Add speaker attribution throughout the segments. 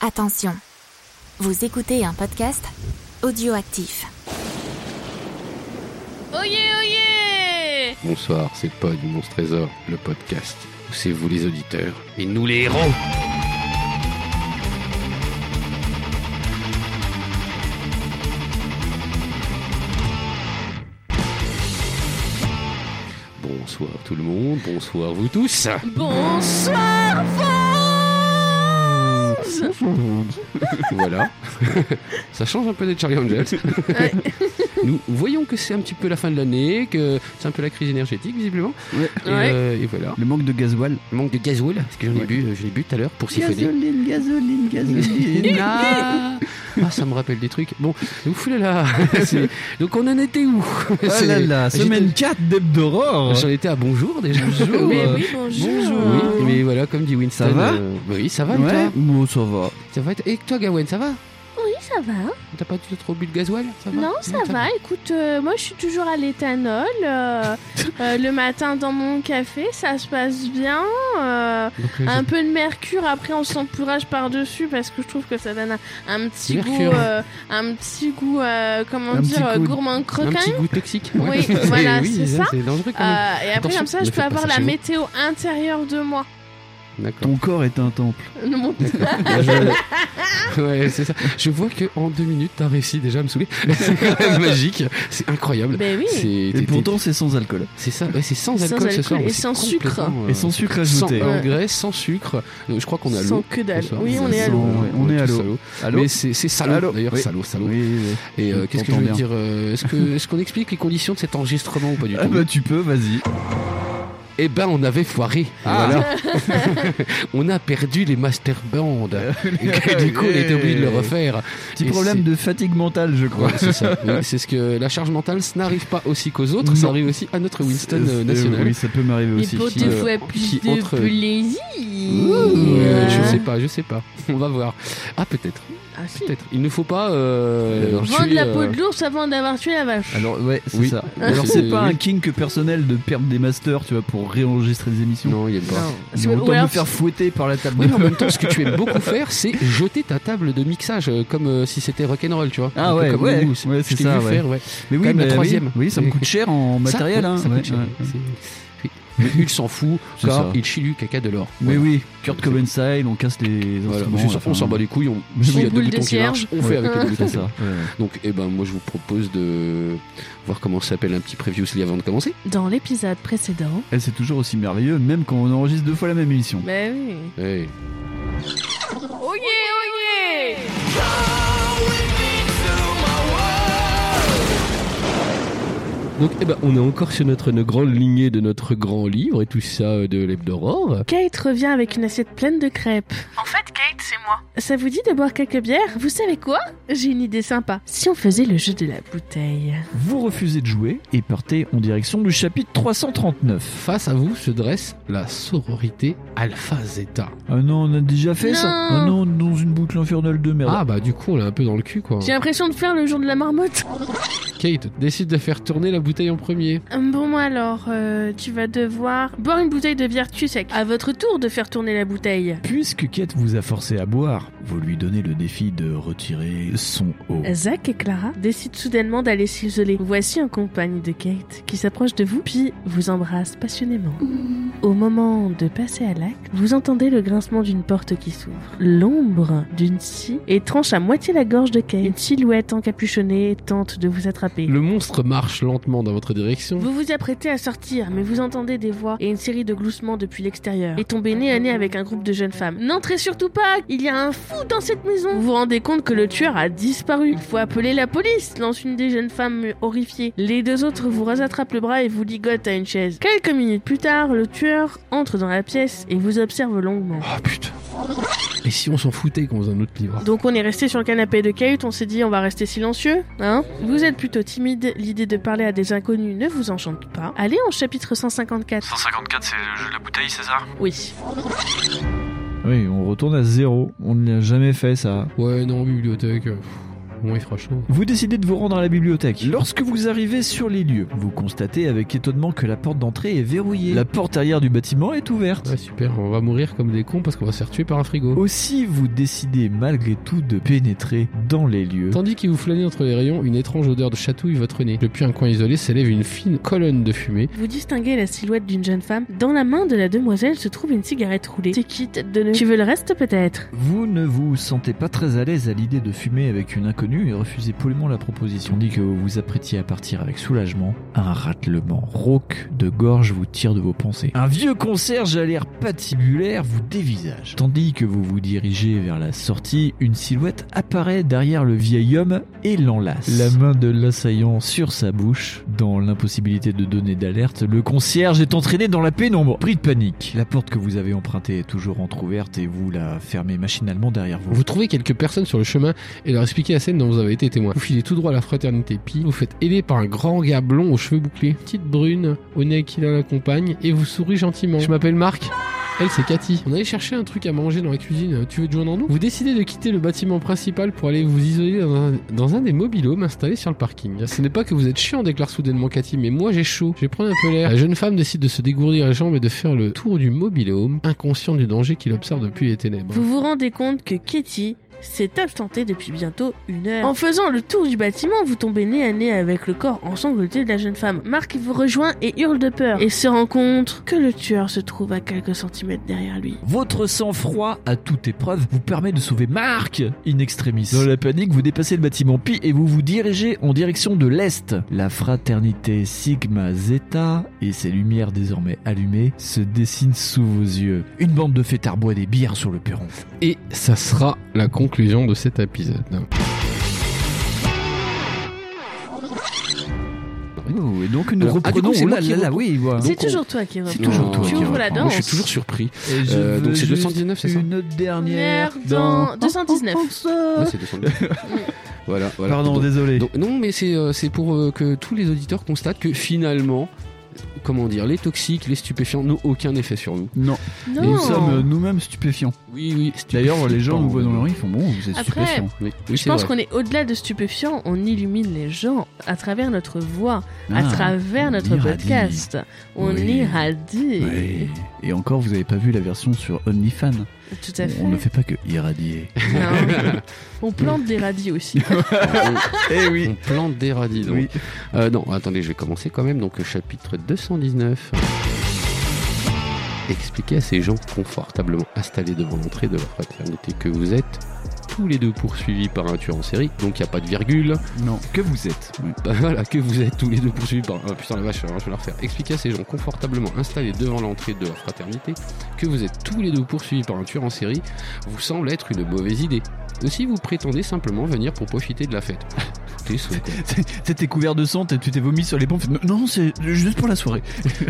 Speaker 1: Attention, vous écoutez un podcast audioactif.
Speaker 2: Oyez, oyez
Speaker 3: Bonsoir, c'est Pod Monstre Trésor, le podcast où c'est vous les auditeurs et nous les héros. Bonsoir tout le monde, bonsoir vous tous.
Speaker 2: Bonsoir France
Speaker 3: voilà. Ça change un peu des Charlie Angels.
Speaker 2: Ouais.
Speaker 3: Nous voyons que c'est un petit peu la fin de l'année, que c'est un peu la crise énergétique visiblement.
Speaker 4: Ouais.
Speaker 3: Et,
Speaker 2: Ouais.
Speaker 3: euh, et voilà.
Speaker 4: Le manque de gasoil.
Speaker 3: Manque de gasoil, parce que j'en ai
Speaker 4: Ouais.
Speaker 3: bu, euh, je l'ai bu tout à l'heure pour siphonner.
Speaker 4: Gasoline, gasoline, gasoline.
Speaker 3: Ah, Ah, ça me rappelle des trucs. Bon, oulala. c'est- Donc on en était où
Speaker 4: Oh là
Speaker 3: C'est- Ah,
Speaker 4: là,
Speaker 3: j'étais-
Speaker 4: semaine 4 d'Ebdoror.
Speaker 3: J'en étais à bonjour déjà.
Speaker 4: Bonjour.
Speaker 2: Mais
Speaker 4: Euh,
Speaker 2: oui, bonjour
Speaker 4: bonjour.
Speaker 3: Oui, mais voilà, comme dit Winston.
Speaker 4: Ça va
Speaker 3: euh, bah oui, ça va, et
Speaker 4: Ouais,
Speaker 3: toi
Speaker 4: bon, ça va.
Speaker 3: Ça va être- Et toi, Gawen, ça va
Speaker 2: Oui, ça va
Speaker 3: T'as pas trop bu de gasoil ça va Mmh,
Speaker 2: Non, ça va, écoute, euh, moi je suis toujours à l'éthanol, euh, euh, le matin dans mon café, ça se passe bien, euh,
Speaker 3: Donc, euh,
Speaker 2: un peu de mercure, après on s'empourrage par-dessus parce que je trouve que ça donne un, un petit
Speaker 3: Mercure.
Speaker 2: goût, euh, un petit goût, euh, comment
Speaker 4: Un
Speaker 2: dire,
Speaker 4: petit
Speaker 2: euh,
Speaker 4: goût-
Speaker 2: gourmand
Speaker 3: Un
Speaker 2: croquin.
Speaker 3: petit goût toxique.
Speaker 2: Oui,
Speaker 3: Ouais.
Speaker 2: voilà,
Speaker 3: Oui,
Speaker 2: c'est ça.
Speaker 3: C'est dangereux quand même.
Speaker 2: Euh, et après
Speaker 3: Attention,
Speaker 2: comme ça
Speaker 3: ne
Speaker 2: je
Speaker 3: faites
Speaker 2: peux
Speaker 3: pas
Speaker 2: avoir
Speaker 3: ça
Speaker 2: la
Speaker 3: chez vous.
Speaker 2: météo intérieure de moi. Euh,
Speaker 3: D'accord.
Speaker 4: Ton corps est un temple.
Speaker 2: Mon-
Speaker 3: ouais, c'est ça. Je vois que en deux minutes, t'as réussi déjà à me saouler. C'est quand même magique. C'est incroyable.
Speaker 2: Ben oui.
Speaker 3: C'est
Speaker 4: Et,
Speaker 3: t'es- t'es-
Speaker 4: pourtant, c'est sans alcool.
Speaker 3: c'est ça. Ouais, c'est sans
Speaker 2: Sans
Speaker 3: alcool ce soir.
Speaker 2: alcool et
Speaker 3: mais c'est
Speaker 2: sans sucre.
Speaker 3: complètement, euh,
Speaker 4: Et sans sucre
Speaker 3: sans
Speaker 4: ajouté.
Speaker 2: Ouais.
Speaker 3: engrais, sans sucre. Donc, Je crois qu'on a
Speaker 2: Sans
Speaker 3: l'eau.
Speaker 2: que dalle.
Speaker 3: ce soir.
Speaker 2: Oui, on est à
Speaker 4: Sans-
Speaker 2: l'eau.
Speaker 4: ouais, on est à
Speaker 3: tous
Speaker 4: l'eau. Allô
Speaker 3: Mais c'est c'est salaud
Speaker 4: Allô
Speaker 3: d'ailleurs,
Speaker 4: Oui.
Speaker 3: salaud, salaud.
Speaker 4: Oui, oui.
Speaker 3: Et euh,
Speaker 4: On
Speaker 3: qu'est-ce que je veux
Speaker 4: t'entend
Speaker 3: dire euh, Est-ce que est-ce qu'on explique les conditions de cet enregistrement ou pas du
Speaker 4: Ah
Speaker 3: tout
Speaker 4: bah tu peux, vas-y.
Speaker 3: Eh ben, on avait foiré.
Speaker 4: Ah.
Speaker 3: Voilà. on a perdu les master bands.
Speaker 4: Euh,
Speaker 3: Et que, du coup, on était obligé de le refaire.
Speaker 4: Petit
Speaker 3: Et
Speaker 4: problème
Speaker 3: c'est-
Speaker 4: de fatigue mentale, je crois.
Speaker 3: Ouais, c'est ça. Oui, c'est ce que la charge mentale, ça n'arrive pas aussi qu'aux autres, ça
Speaker 4: Non.
Speaker 3: arrive aussi à notre Winston euh,
Speaker 4: Euh,
Speaker 3: national.
Speaker 4: Oui, ça peut m'arriver
Speaker 2: Et
Speaker 4: aussi.
Speaker 2: pour
Speaker 3: qui,
Speaker 2: deux
Speaker 3: euh,
Speaker 2: fois
Speaker 3: qui
Speaker 2: plus de
Speaker 3: entre-
Speaker 2: plaisir.
Speaker 3: Euh, je sais pas, je sais pas. On va voir. Ah peut-être,
Speaker 2: Ah, si.
Speaker 3: peut-être. Il ne faut pas euh,
Speaker 4: Alors,
Speaker 2: Vendre
Speaker 3: tuer,
Speaker 2: la peau
Speaker 3: euh, Ah.
Speaker 2: de l'ours avant d'avoir tué la vache.
Speaker 4: Euh, Alors ouais, c'est
Speaker 3: Oui.
Speaker 4: ça.
Speaker 3: Ouais,
Speaker 4: Alors
Speaker 3: c'est-
Speaker 4: c'est pas
Speaker 3: oui.
Speaker 4: un kink personnel de perdre des masters, tu vois, pour réenregistrer des émissions.
Speaker 3: Non, il y a pas.
Speaker 2: Parce que-
Speaker 4: Ils vont
Speaker 2: ou
Speaker 4: autant
Speaker 2: alors-
Speaker 4: me faire fouetter par la table.
Speaker 3: Oui, mais en même temps, ce que tu aimes beaucoup faire, c'est jeter ta table de mixage euh, comme euh, si c'était rock'n'roll, tu vois.
Speaker 4: Ah
Speaker 3: Un peu
Speaker 4: ouais,
Speaker 3: comme
Speaker 4: ouais,
Speaker 3: nous,
Speaker 4: ouais,
Speaker 3: je
Speaker 4: c'est
Speaker 3: t'ai
Speaker 4: ça,
Speaker 3: vu
Speaker 4: ouais.
Speaker 3: faire, ouais.
Speaker 4: Mais
Speaker 3: Quand
Speaker 4: oui,
Speaker 3: même la
Speaker 4: mais
Speaker 3: troisième.
Speaker 4: oui, oui, ça me coûte cher en matériel.
Speaker 3: ça,
Speaker 4: hein,
Speaker 3: ouais, ça coûte
Speaker 4: ouais,
Speaker 3: cher.
Speaker 4: ouais.
Speaker 3: C'est- oui. Nul s'en fout,
Speaker 4: C'est
Speaker 3: car
Speaker 4: ça.
Speaker 3: il chie lui caca de l'or.
Speaker 4: Mais
Speaker 3: Voilà.
Speaker 4: oui, Kurt Cobain style, on casse les
Speaker 3: Voilà,
Speaker 4: instruments.
Speaker 3: on
Speaker 4: à la
Speaker 3: s'en-
Speaker 4: fin.
Speaker 3: on s'en bat les couilles, on,
Speaker 4: Mais
Speaker 3: s'il y
Speaker 2: oui.
Speaker 3: a deux
Speaker 2: Boule de
Speaker 3: boutons qui
Speaker 2: cierge.
Speaker 3: marchent, on fait
Speaker 4: Ouais.
Speaker 3: avec les deux boutons
Speaker 4: C'est
Speaker 3: qui
Speaker 4: ça.
Speaker 3: marchent.
Speaker 4: ouais, ouais.
Speaker 3: Donc, eh ben, moi, je vous propose de voir comment ça s'appelle un petit previously avant de commencer.
Speaker 2: Dans l'épisode précédent.
Speaker 4: Et c'est toujours aussi merveilleux, même quand on enregistre deux fois la même émission.
Speaker 2: Mais Bah oui.
Speaker 3: Hey.
Speaker 2: Oyez, oyez
Speaker 5: Donc, eh ben, on est encore sur notre notre grande lignée de notre grand livre et tout ça euh, de l'Hebdoror.
Speaker 2: Kate revient avec une assiette pleine de crêpes. En fait, Kate, c'est moi. Ça vous dit de boire quelques bières Vous savez quoi J'ai une idée sympa. Si on faisait le jeu de la bouteille.
Speaker 4: Vous refusez de jouer et partez en direction du chapitre 339.
Speaker 3: Face à vous se dresse la sororité Alpha Zeta.
Speaker 4: Ah non, on a déjà fait ça.
Speaker 2: Non.
Speaker 4: Ah non, on est dans une boucle infernale de merde.
Speaker 3: Ah, bah, du coup, on l'a un peu dans le cul, quoi.
Speaker 2: J'ai l'impression de faire le jour de la marmotte.
Speaker 3: Kate décide de faire tourner la bouteille en premier.
Speaker 2: Hum, Bon, moi alors, euh, tu vas devoir boire une bouteille de bière cul sec. À votre tour de faire tourner la bouteille.
Speaker 4: Puisque Kate vous a forcé à boire, vous lui donnez le défi de retirer son eau.
Speaker 2: Zach et Clara décident soudainement d'aller s'isoler. Voici en compagnie de Kate, qui s'approche de vous puis vous embrasse passionnément. Au moment de passer à l'acte, vous entendez le grincement d'une porte qui s'ouvre. L'ombre d'une scie étrange à moitié la gorge de Kate. Une silhouette encapuchonnée tente de vous attraper.
Speaker 3: Le monstre marche lentement dans votre direction.
Speaker 2: Vous vous apprêtez à sortir, mais vous entendez des voix et une série de gloussements depuis l'extérieur. Et tombez nez à nez avec un groupe de jeunes femmes. N'entrez surtout pas Il y a un fou dans cette maison Vous vous rendez compte que le tueur a disparu. Il faut appeler la police lance une des jeunes femmes horrifiées. Les deux autres vous rattrapent le bras et vous ligotent à une chaise. Quelques minutes plus tard, le tueur entre dans la pièce et vous observe longuement.
Speaker 4: Ah,
Speaker 3: Oh putain. Et si on s'en foutait qu'on faisait un autre livre
Speaker 2: Donc on est resté sur le canapé de Kate, on s'est dit on va rester silencieux, hein Vous êtes plutôt timide, l'idée de parler à des inconnus ne vous enchante pas. Allez en chapitre 154.
Speaker 6: 154, c'est le jeu de la bouteille, c'est ça
Speaker 2: Oui.
Speaker 4: Oui, on retourne à zéro. On ne l'a jamais fait ça.
Speaker 3: Ouais, non, bibliothèque. euh, pff, Oui, franchement.
Speaker 4: Vous décidez de vous rendre à la bibliothèque. Lorsque vous arrivez sur les lieux, vous constatez avec étonnement que la porte d'entrée est verrouillée. La porte arrière du bâtiment est ouverte.
Speaker 3: Ouais, super, on va mourir comme des cons parce qu'on va se faire tuer par un frigo.
Speaker 4: Aussi, vous décidez malgré tout de pénétrer dans les lieux.
Speaker 3: Tandis qu'il vous flânez entre les rayons, une étrange odeur de chatouille votre nez. Depuis un coin isolé s'élève une fine colonne de fumée.
Speaker 2: Vous distinguez la silhouette d'une jeune femme. Dans la main de la demoiselle se trouve une cigarette roulée. C'est qui, tête de nœud Tu veux le reste peut-être
Speaker 4: Vous ne vous sentez pas très à l'aise à l'idée de fumer avec une inconnue et refusez poliment la proposition. Tandis que vous vous apprêtiez à partir avec soulagement, un râtlement rauque de gorge vous tire de vos pensées. Un vieux concierge à l'air patibulaire vous dévisage. Tandis que vous vous dirigez vers la sortie, une silhouette apparaît derrière le vieil homme et l'enlace. La main de l'assaillant sur sa bouche, dans l'impossibilité de donner d'alerte, le concierge est entraîné dans la pénombre, pris de panique. La porte que vous avez empruntée est toujours entr'ouverte et vous la fermez machinalement derrière vous.
Speaker 3: Vous trouvez quelques personnes sur le chemin et leur expliquez la scène dont vous avez été témoin. Vous filez tout droit à la fraternité Pi, vous faites aider par un grand gars blond aux cheveux bouclés, petite brune, au nez qui l'accompagne, et vous sourit gentiment. Je m'appelle Marc. Elle, c'est Cathy. On allait chercher un truc à manger dans la cuisine. Tu veux te joindre à nous Vous décidez de quitter le bâtiment principal pour aller vous isoler dans un, dans un des mobilhomes installés sur le parking. Ce n'est pas que vous êtes chiant, déclare soudainement Cathy, mais moi j'ai chaud. Je vais prendre un peu l'air. La jeune femme décide de se dégourdir les jambes et de faire le tour du mobilhome, inconscient du danger qu'il observe depuis les ténèbres.
Speaker 2: Vous vous rendez compte que Katie s'est absentée depuis bientôt une heure. En faisant le tour du bâtiment, vous tombez nez à nez avec le corps ensangloté de la jeune femme. Marc vous rejoint et hurle de peur et se rend compte que le tueur se trouve à quelques centimètres derrière lui.
Speaker 4: Votre sang-froid à toute épreuve vous permet de sauver Marc in extremis. Dans la panique, vous dépassez le bâtiment Pi et vous vous dirigez en direction de l'Est. La fraternité Sigma Zeta et ses lumières désormais allumées se dessinent sous vos yeux. Une bande de fêtards boit des bières sur le perron.
Speaker 3: Et ça sera la conclusion de cet épisode.
Speaker 4: Oh, et donc nous
Speaker 3: Alors, ah, du
Speaker 4: reprenons
Speaker 3: coup, c'est
Speaker 4: oh là
Speaker 3: moi qui
Speaker 4: là là, oui, voilà.
Speaker 2: C'est
Speaker 4: Donc, on-
Speaker 2: toujours toi qui reprends.
Speaker 4: C'est toujours toi
Speaker 2: Tu
Speaker 4: qui
Speaker 2: ouvres la
Speaker 3: Moi, je suis
Speaker 2: danse.
Speaker 3: toujours surpris.
Speaker 4: Et je
Speaker 3: Euh, donc
Speaker 4: veux
Speaker 3: c'est
Speaker 4: juste
Speaker 3: 219, c'est ça
Speaker 4: Une dernière
Speaker 2: Merde,
Speaker 7: Oh,
Speaker 2: dans- 219. Oh.
Speaker 3: Ouais, c'est 200. voilà, voilà.
Speaker 4: Pardon,
Speaker 3: Donc-
Speaker 4: désolé.
Speaker 3: donc- non, mais c'est euh, c'est pour euh, que tous les auditeurs constatent que finalement, comment dire, les toxiques, les stupéfiants n'ont aucun effet sur nous.
Speaker 7: Non,
Speaker 2: Oh.
Speaker 7: nous sommes euh,
Speaker 2: Non.
Speaker 7: nous-mêmes stupéfiants.
Speaker 3: Oui, oui.
Speaker 7: D'ailleurs, les gens nous voient dans le rue, ils font bon, vous êtes
Speaker 2: Après-
Speaker 7: stupéfiants.
Speaker 3: Oui,
Speaker 2: Je pense qu'on est au-delà de stupéfiants, on illumine les gens à travers notre voix, à
Speaker 7: Ah,
Speaker 2: travers
Speaker 7: on
Speaker 2: notre
Speaker 7: irradie.
Speaker 2: podcast. On
Speaker 7: Oui.
Speaker 2: irradie.
Speaker 7: Ouais. Et encore, vous avez pas vu la version sur OmniFan.
Speaker 2: Tout à fait.
Speaker 7: On ne fait pas que irradier.
Speaker 3: Ah
Speaker 2: Non. Ah on plante des radis aussi.
Speaker 4: Eh oui.
Speaker 3: On plante des radis. donc.
Speaker 4: Oui.
Speaker 3: Euh, non, attendez, je vais commencer quand même. Donc, chapitre 219. Expliquez à ces gens confortablement installés devant l'entrée de leur fraternité que vous êtes tous les deux poursuivis par un tueur en série, donc il n'y a pas de virgule.
Speaker 7: Non, que vous êtes. Ouais.
Speaker 3: Bah voilà, que vous êtes tous les deux poursuivis par... Ah, putain la vache, alors je vais la refaire. Expliquez à ces gens confortablement installés devant l'entrée de leur fraternité que vous êtes tous les deux poursuivis par un tueur en série vous semble être une mauvaise idée. Aussi, vous prétendez simplement venir pour profiter de la fête. T'es sous, quoi.
Speaker 7: T'étais couvert de sang, t'es- tu t'es vomi sur les pompes. Non, c'est juste pour la soirée.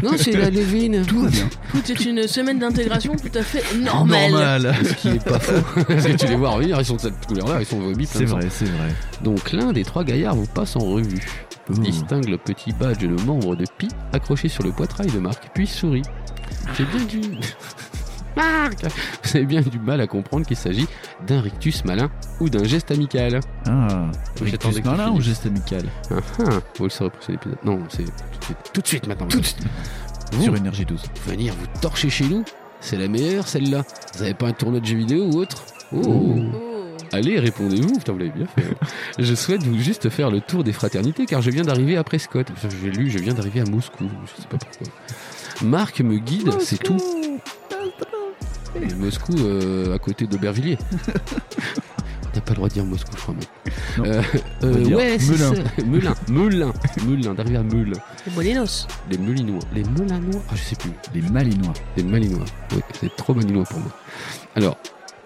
Speaker 3: Non, c'est la Levine.
Speaker 7: Tout va bien.
Speaker 2: Écoute, c'est une semaine d'intégration tout à fait normale.
Speaker 3: Ce qui est pas faux. Parce que tu les vois revenir, ils sont de cette couleur-là, ils sont vomis. plein
Speaker 7: C'est
Speaker 3: de sang.
Speaker 7: vrai, c'est vrai.
Speaker 3: Donc l'un des trois gaillards vous passe en revue.
Speaker 7: Ouh.
Speaker 3: Distingue le petit badge de membre de Pi accroché sur le poitrail de Marc, puis sourit. J'ai bien du. Marc Vous avez bien du mal à comprendre qu'il s'agit d'un rictus malin ou d'un geste amical.
Speaker 7: Ah,
Speaker 3: Oui,
Speaker 7: rictus
Speaker 3: j'attendais que tu
Speaker 7: malin ou
Speaker 3: finisses.
Speaker 7: geste amical
Speaker 3: Ah, ah, vous le saurez pour cet épisode. Non, c'est tout de suite. Tout de suite maintenant.
Speaker 7: Tout de suite.
Speaker 3: Vous,
Speaker 7: Sur énergie 12.
Speaker 3: venir vous torcher chez nous C'est la meilleure celle-là. Vous avez pas un tournoi de jeux vidéo ou autre Oh.
Speaker 2: Oh.
Speaker 3: Allez, répondez-vous. Putain, vous l'avez bien fait. hein. je souhaite vous juste faire le tour des fraternités car je viens d'arriver à Prescott. Putain, J'ai lu, je viens d'arriver à Moscou. Je sais pas pourquoi. Marc me guide, c'est tout. Et Moscou, euh, à côté d'Aubervilliers. On n'a pas le droit de dire Moscou, je crois. mais-
Speaker 7: Non.
Speaker 3: Euh,
Speaker 7: On va
Speaker 3: euh,
Speaker 7: dire
Speaker 3: ouais, c'est
Speaker 7: Melun.
Speaker 3: ça. Melun. Melun. Melun, d'arriver à Melun.
Speaker 2: Les Molinos.
Speaker 3: Les Melinois. Les Melanois Ah, je sais plus.
Speaker 7: Les malinois.
Speaker 3: Les Malinois. Oui, c'est trop Malinois pour moi. Alors,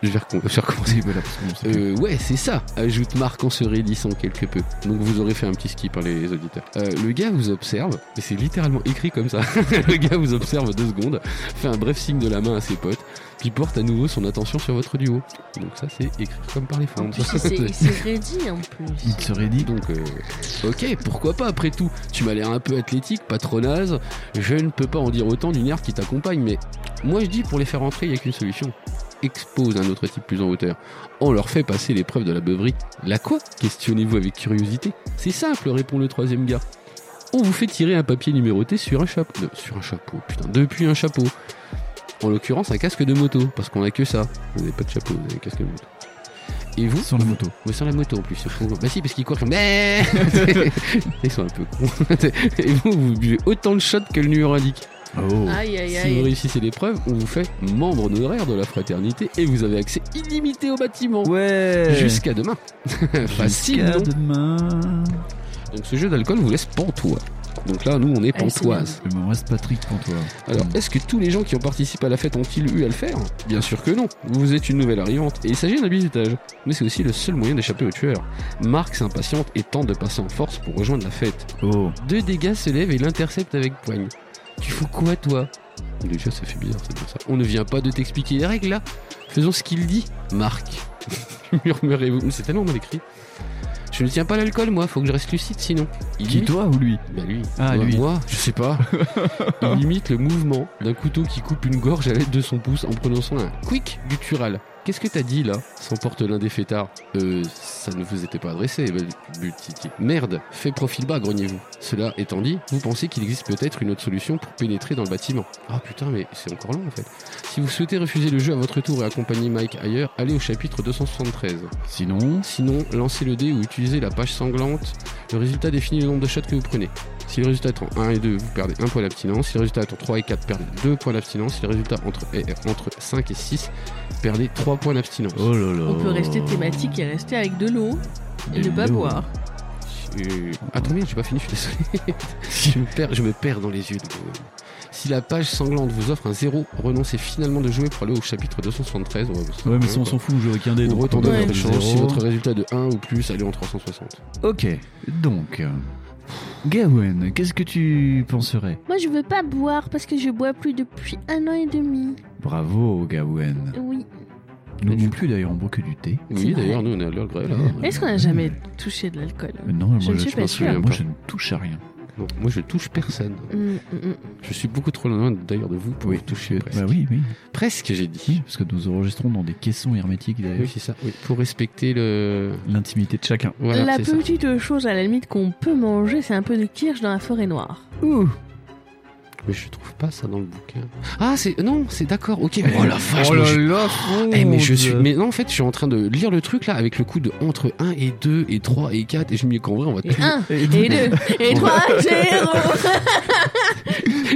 Speaker 3: je vais, recom- je vais recommencer.
Speaker 7: Oui, voilà, parce qu'on sait plus.
Speaker 3: Euh, ouais, c'est ça, ajoute Marc en se réalisant quelque peu. Donc vous aurez fait un petit skip, hein, les auditeurs. Euh, le gars vous observe, et c'est littéralement écrit comme ça. le gars vous observe deux secondes, fait un bref signe de la main à ses potes, puis porte à nouveau son attention sur votre duo. Donc ça, c'est écrit comme par les fonds.
Speaker 2: Puis c'est- c'est- Il s'est rédit en plus.
Speaker 7: Il serait dit.
Speaker 3: Donc, euh, ok, pourquoi pas après tout Tu m'as l'air un peu athlétique, pas trop naze. Je ne peux pas en dire autant d'une herbe qui t'accompagne, mais moi je dis pour les faire entrer, il n'y a qu'une solution. expose un autre type plus en hauteur. On leur fait passer l'épreuve de la beuverie. La quoi Questionnez-vous avec curiosité. C'est simple, répond le troisième gars. On vous fait tirer un papier numéroté sur un chapeau. non, sur un chapeau, putain, depuis un chapeau. En l'occurrence, un casque de moto, parce qu'on a que ça. Vous n'avez pas de chapeau, vous avez un casque de moto. Et vous
Speaker 4: Sans la moto.
Speaker 3: mais sans la moto en plus, c'est trop Bah si, parce qu'ils courent comme... Mais Ils sont un peu cons. Et vous, vous buvez autant de shots que le numéro indique.
Speaker 4: Oh.
Speaker 2: Aïe, aïe,
Speaker 3: Si vous
Speaker 2: aïe.
Speaker 3: réussissez l'épreuve, on vous fait membre honoraire de la fraternité et vous avez accès illimité au bâtiment.
Speaker 4: Ouais.
Speaker 3: Jusqu'à demain. Facile, hein.
Speaker 4: Jusqu'à
Speaker 3: non
Speaker 4: demain.
Speaker 3: Donc ce jeu d'alcool vous laisse pantois. Donc là, nous, on est
Speaker 2: Ah, c'est
Speaker 3: pantoise.
Speaker 4: Il me reste Patrick pour toi.
Speaker 3: Alors, est-ce que tous les gens qui ont participé à la fête ont-ils eu à le faire Bien sûr que non. Vous êtes une nouvelle arrivante et il s'agit d'un billetage. Mais c'est aussi le seul moyen d'échapper au tueur. Marc s'impatiente et tente de passer en force pour rejoindre la fête.
Speaker 4: Oh.
Speaker 3: Deux dégâts se lèvent et l'interceptent avec poigne. Tu fous quoi, toi Déjà, ça fait bizarre, c'est pour ça. On ne vient pas de t'expliquer les règles, là Faisons ce qu'il dit, Marc. Murmurez-vous. Mais c'est tellement mal écrit. Je ne tiens pas l'alcool, moi, faut que je reste lucide sinon. Il
Speaker 4: Qui
Speaker 3: imite-
Speaker 4: toi ou lui
Speaker 3: Bah lui.
Speaker 4: Ah,
Speaker 3: Toi,
Speaker 4: lui.
Speaker 3: Moi, je sais pas. Il imite le mouvement d'un couteau qui coupe une gorge à l'aide de son pouce en prononçant un quick guttural. Qu'est-ce que t'as dit là S'emporte l'un des fêtards. Euh, ça ne vous était pas adressé, belle butiti. Merde, fait profil bas, grognez-vous. Cela étant dit, vous pensez qu'il existe peut-être une autre solution pour pénétrer dans le bâtiment. Ah putain, mais c'est encore long en fait. Si vous souhaitez refuser le jeu à votre tour et accompagner Mike ailleurs, allez au chapitre 273.
Speaker 8: Sinon,
Speaker 3: Sinon, lancez le dé ou utilisez la page sanglante. Le résultat définit le nombre de shots que vous prenez. Si le résultat est entre 1 et 2, vous perdez 1 point d'abstinence. Si le résultat est entre 3 et 4, perdez 2 points d'abstinence. Si le résultat est entre, est entre 5 et 6, perdez 3 points d'abstinence.
Speaker 4: Oh là là.
Speaker 2: On peut rester thématique et rester avec de l'eau et ne
Speaker 4: De
Speaker 2: pas
Speaker 4: l'eau.
Speaker 2: boire.
Speaker 3: Euh, Attends, merde, j'ai pas fini, je suis désolé. je, me perds, je me perds dans les yeux. donc, euh, Si la page sanglante vous offre un 0, renoncez finalement de jouer pour aller au chapitre 273.
Speaker 4: Ouais, mais ça, on s'en fout, je requin des
Speaker 3: Ou
Speaker 4: donc
Speaker 3: retournez
Speaker 4: on
Speaker 2: Ouais.
Speaker 3: votre
Speaker 4: donne
Speaker 3: chance. Si
Speaker 4: zéro.
Speaker 3: votre résultat est de 1 ou plus, allez en 360.
Speaker 4: Ok, donc. euh, Gawen, qu'est-ce que tu penserais
Speaker 9: Moi, je veux pas boire parce que je bois plus depuis un an et demi.
Speaker 4: Bravo, Gawen.
Speaker 9: Oui.
Speaker 2: Bah,
Speaker 4: Nous non plus, d'ailleurs, on boit que du thé.
Speaker 3: Oui, d'ailleurs, nous on est à l'heure hein. de grève, là.
Speaker 2: Est-ce qu'on a jamais touché de l'alcool
Speaker 4: Euh, Non, moi,
Speaker 2: Je
Speaker 4: je,
Speaker 2: ne suis
Speaker 4: je
Speaker 2: pas
Speaker 4: m'en
Speaker 2: sûre.
Speaker 4: souviens, moi, je ne touche à rien.
Speaker 3: Non, moi je touche personne.
Speaker 2: Hum, hum, hum.
Speaker 3: Je suis beaucoup trop loin d'ailleurs de vous pour
Speaker 4: Oui,
Speaker 3: vous toucher. Presque,
Speaker 4: Bah oui, oui,
Speaker 3: Presque, j'ai
Speaker 4: oui,
Speaker 3: dit. Eh
Speaker 4: parce que nous enregistrons dans des caissons hermétiques derrière.
Speaker 3: Oui, c'est ça. Oui. Pour respecter le.
Speaker 4: L'intimité de chacun.
Speaker 3: Voilà,
Speaker 2: la
Speaker 3: c'est ça.
Speaker 2: petite chose à la limite qu'on peut manger, c'est un peu de kirsch dans la forêt noire.
Speaker 4: Ouh
Speaker 3: Mais je trouve pas ça dans le bouquin. Ah, c'est. Non, c'est d'accord, ok. Oh la vache,
Speaker 8: Oh là
Speaker 3: moi, je-
Speaker 8: là,
Speaker 3: Eh, mais je suis.
Speaker 8: Fronde.
Speaker 3: Mais non, en fait, je suis en train de lire le truc là avec le coup de entre 1 et 2 et 3 et 4 et je me dis qu'en vrai on va
Speaker 2: Et
Speaker 3: tout.
Speaker 2: un, et deux, et trois, zéro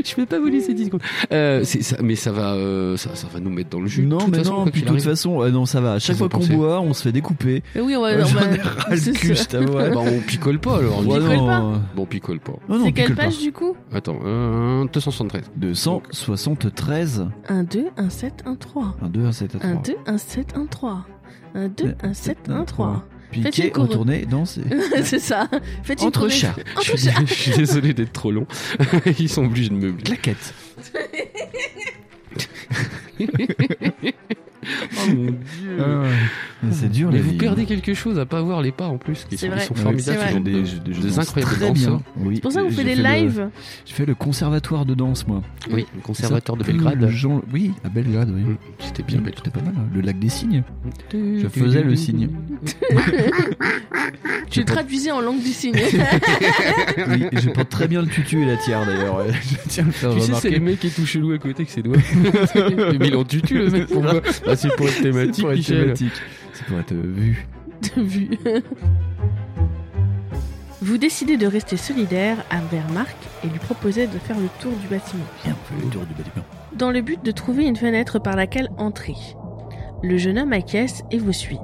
Speaker 3: je vais pas vous laisser 10 secondes. Euh, c'est ça... Mais ça va, euh, ça, ça va nous mettre dans le jus.
Speaker 8: Non,
Speaker 3: de toute
Speaker 8: mais
Speaker 3: façon,
Speaker 8: non, puis
Speaker 3: quoi qu'il
Speaker 8: de toute
Speaker 3: arrive.
Speaker 8: façon, euh, non, ça va. À chaque
Speaker 3: Qu'est-ce
Speaker 8: fois
Speaker 3: que
Speaker 8: qu'on
Speaker 3: vous pensez
Speaker 8: boit, on se fait découper.
Speaker 2: Mais oui, on va...
Speaker 8: Euh,
Speaker 2: on
Speaker 8: J'en
Speaker 2: va-
Speaker 8: ai ras
Speaker 2: c'est
Speaker 8: le cul,
Speaker 2: ça.
Speaker 8: je t'avoue. ouais.
Speaker 3: Bah, on picole pas alors.
Speaker 8: Ouais,
Speaker 2: picole
Speaker 8: non,
Speaker 2: pas.
Speaker 8: euh,
Speaker 3: Bon, Oh on picole pas.
Speaker 8: Non, non,
Speaker 2: C'est quelle
Speaker 8: picole pas.
Speaker 2: page du coup
Speaker 3: Attends, euh, 273.
Speaker 4: 273,
Speaker 2: 1, 2, 1, 7, 1, 3.
Speaker 4: 1, 2, 1, 7,
Speaker 2: 1,
Speaker 4: 3.
Speaker 2: 2, 1, 7, 1, 3. 1, 2, 1, 7, 1, 3. Faites une
Speaker 4: Piqué,
Speaker 2: courbe.
Speaker 4: retourné, dansé.
Speaker 2: C'est ça. Faites une
Speaker 4: Entre
Speaker 2: choré-
Speaker 4: chats.
Speaker 3: Je
Speaker 2: Entre
Speaker 3: suis,
Speaker 2: chats.
Speaker 3: je suis désolé d'être trop long. Ils sont obligés de meubler.
Speaker 4: Claquette.
Speaker 3: Oh mon dieu.
Speaker 4: Euh, Ah C'est dur,
Speaker 3: Mais
Speaker 4: la
Speaker 3: vous
Speaker 4: vie.
Speaker 3: perdez quelque chose à pas avoir les pas en plus. Ils
Speaker 2: C'est
Speaker 3: sont,
Speaker 2: vrai.
Speaker 3: ils sont
Speaker 2: Ouais,
Speaker 3: formidables.
Speaker 2: c'est
Speaker 3: Ils ont
Speaker 4: vrai.
Speaker 3: des,
Speaker 4: Je-
Speaker 3: des
Speaker 4: je danse
Speaker 3: incroyables
Speaker 4: Très
Speaker 3: danseurs.
Speaker 4: bien. Oui.
Speaker 2: C'est pour ça que vous
Speaker 4: J'ai
Speaker 2: faites des
Speaker 4: fait le-
Speaker 2: lives.
Speaker 4: Je fais le conservatoire de danse, moi.
Speaker 3: Oui, le conservatoire de
Speaker 4: Tout le
Speaker 3: Belgrade.
Speaker 4: genre- Oui, à Belgrade, oui.
Speaker 3: Mm, C'était bien Belgrade.
Speaker 4: C'était pas mal, hein. le lac des signes. Je faisais le signe.
Speaker 2: Tu traduisais en langue du signe.
Speaker 4: Oui, je porte très bien le tutu et la tiare d'ailleurs. ouais. Je tiens à le faire
Speaker 3: Tu sais, c'est
Speaker 4: remarquer.
Speaker 3: le mec qui est tout chelou à côté que ses doigts. Mais il en tutu le mec. Pourquoi Ah, C'est pour être
Speaker 4: C'est
Speaker 3: thématique,
Speaker 4: pour être
Speaker 3: Michel.
Speaker 4: thématique. C'est pour être euh, vu.
Speaker 2: vu. Vous décidez de rester solidaire envers Marc et lui proposez de faire le tour du bâtiment,
Speaker 4: Bien, on fait le tour du bâtiment.
Speaker 2: dans le but de trouver une fenêtre par laquelle entrer. Le jeune homme acquiesce et vous suit.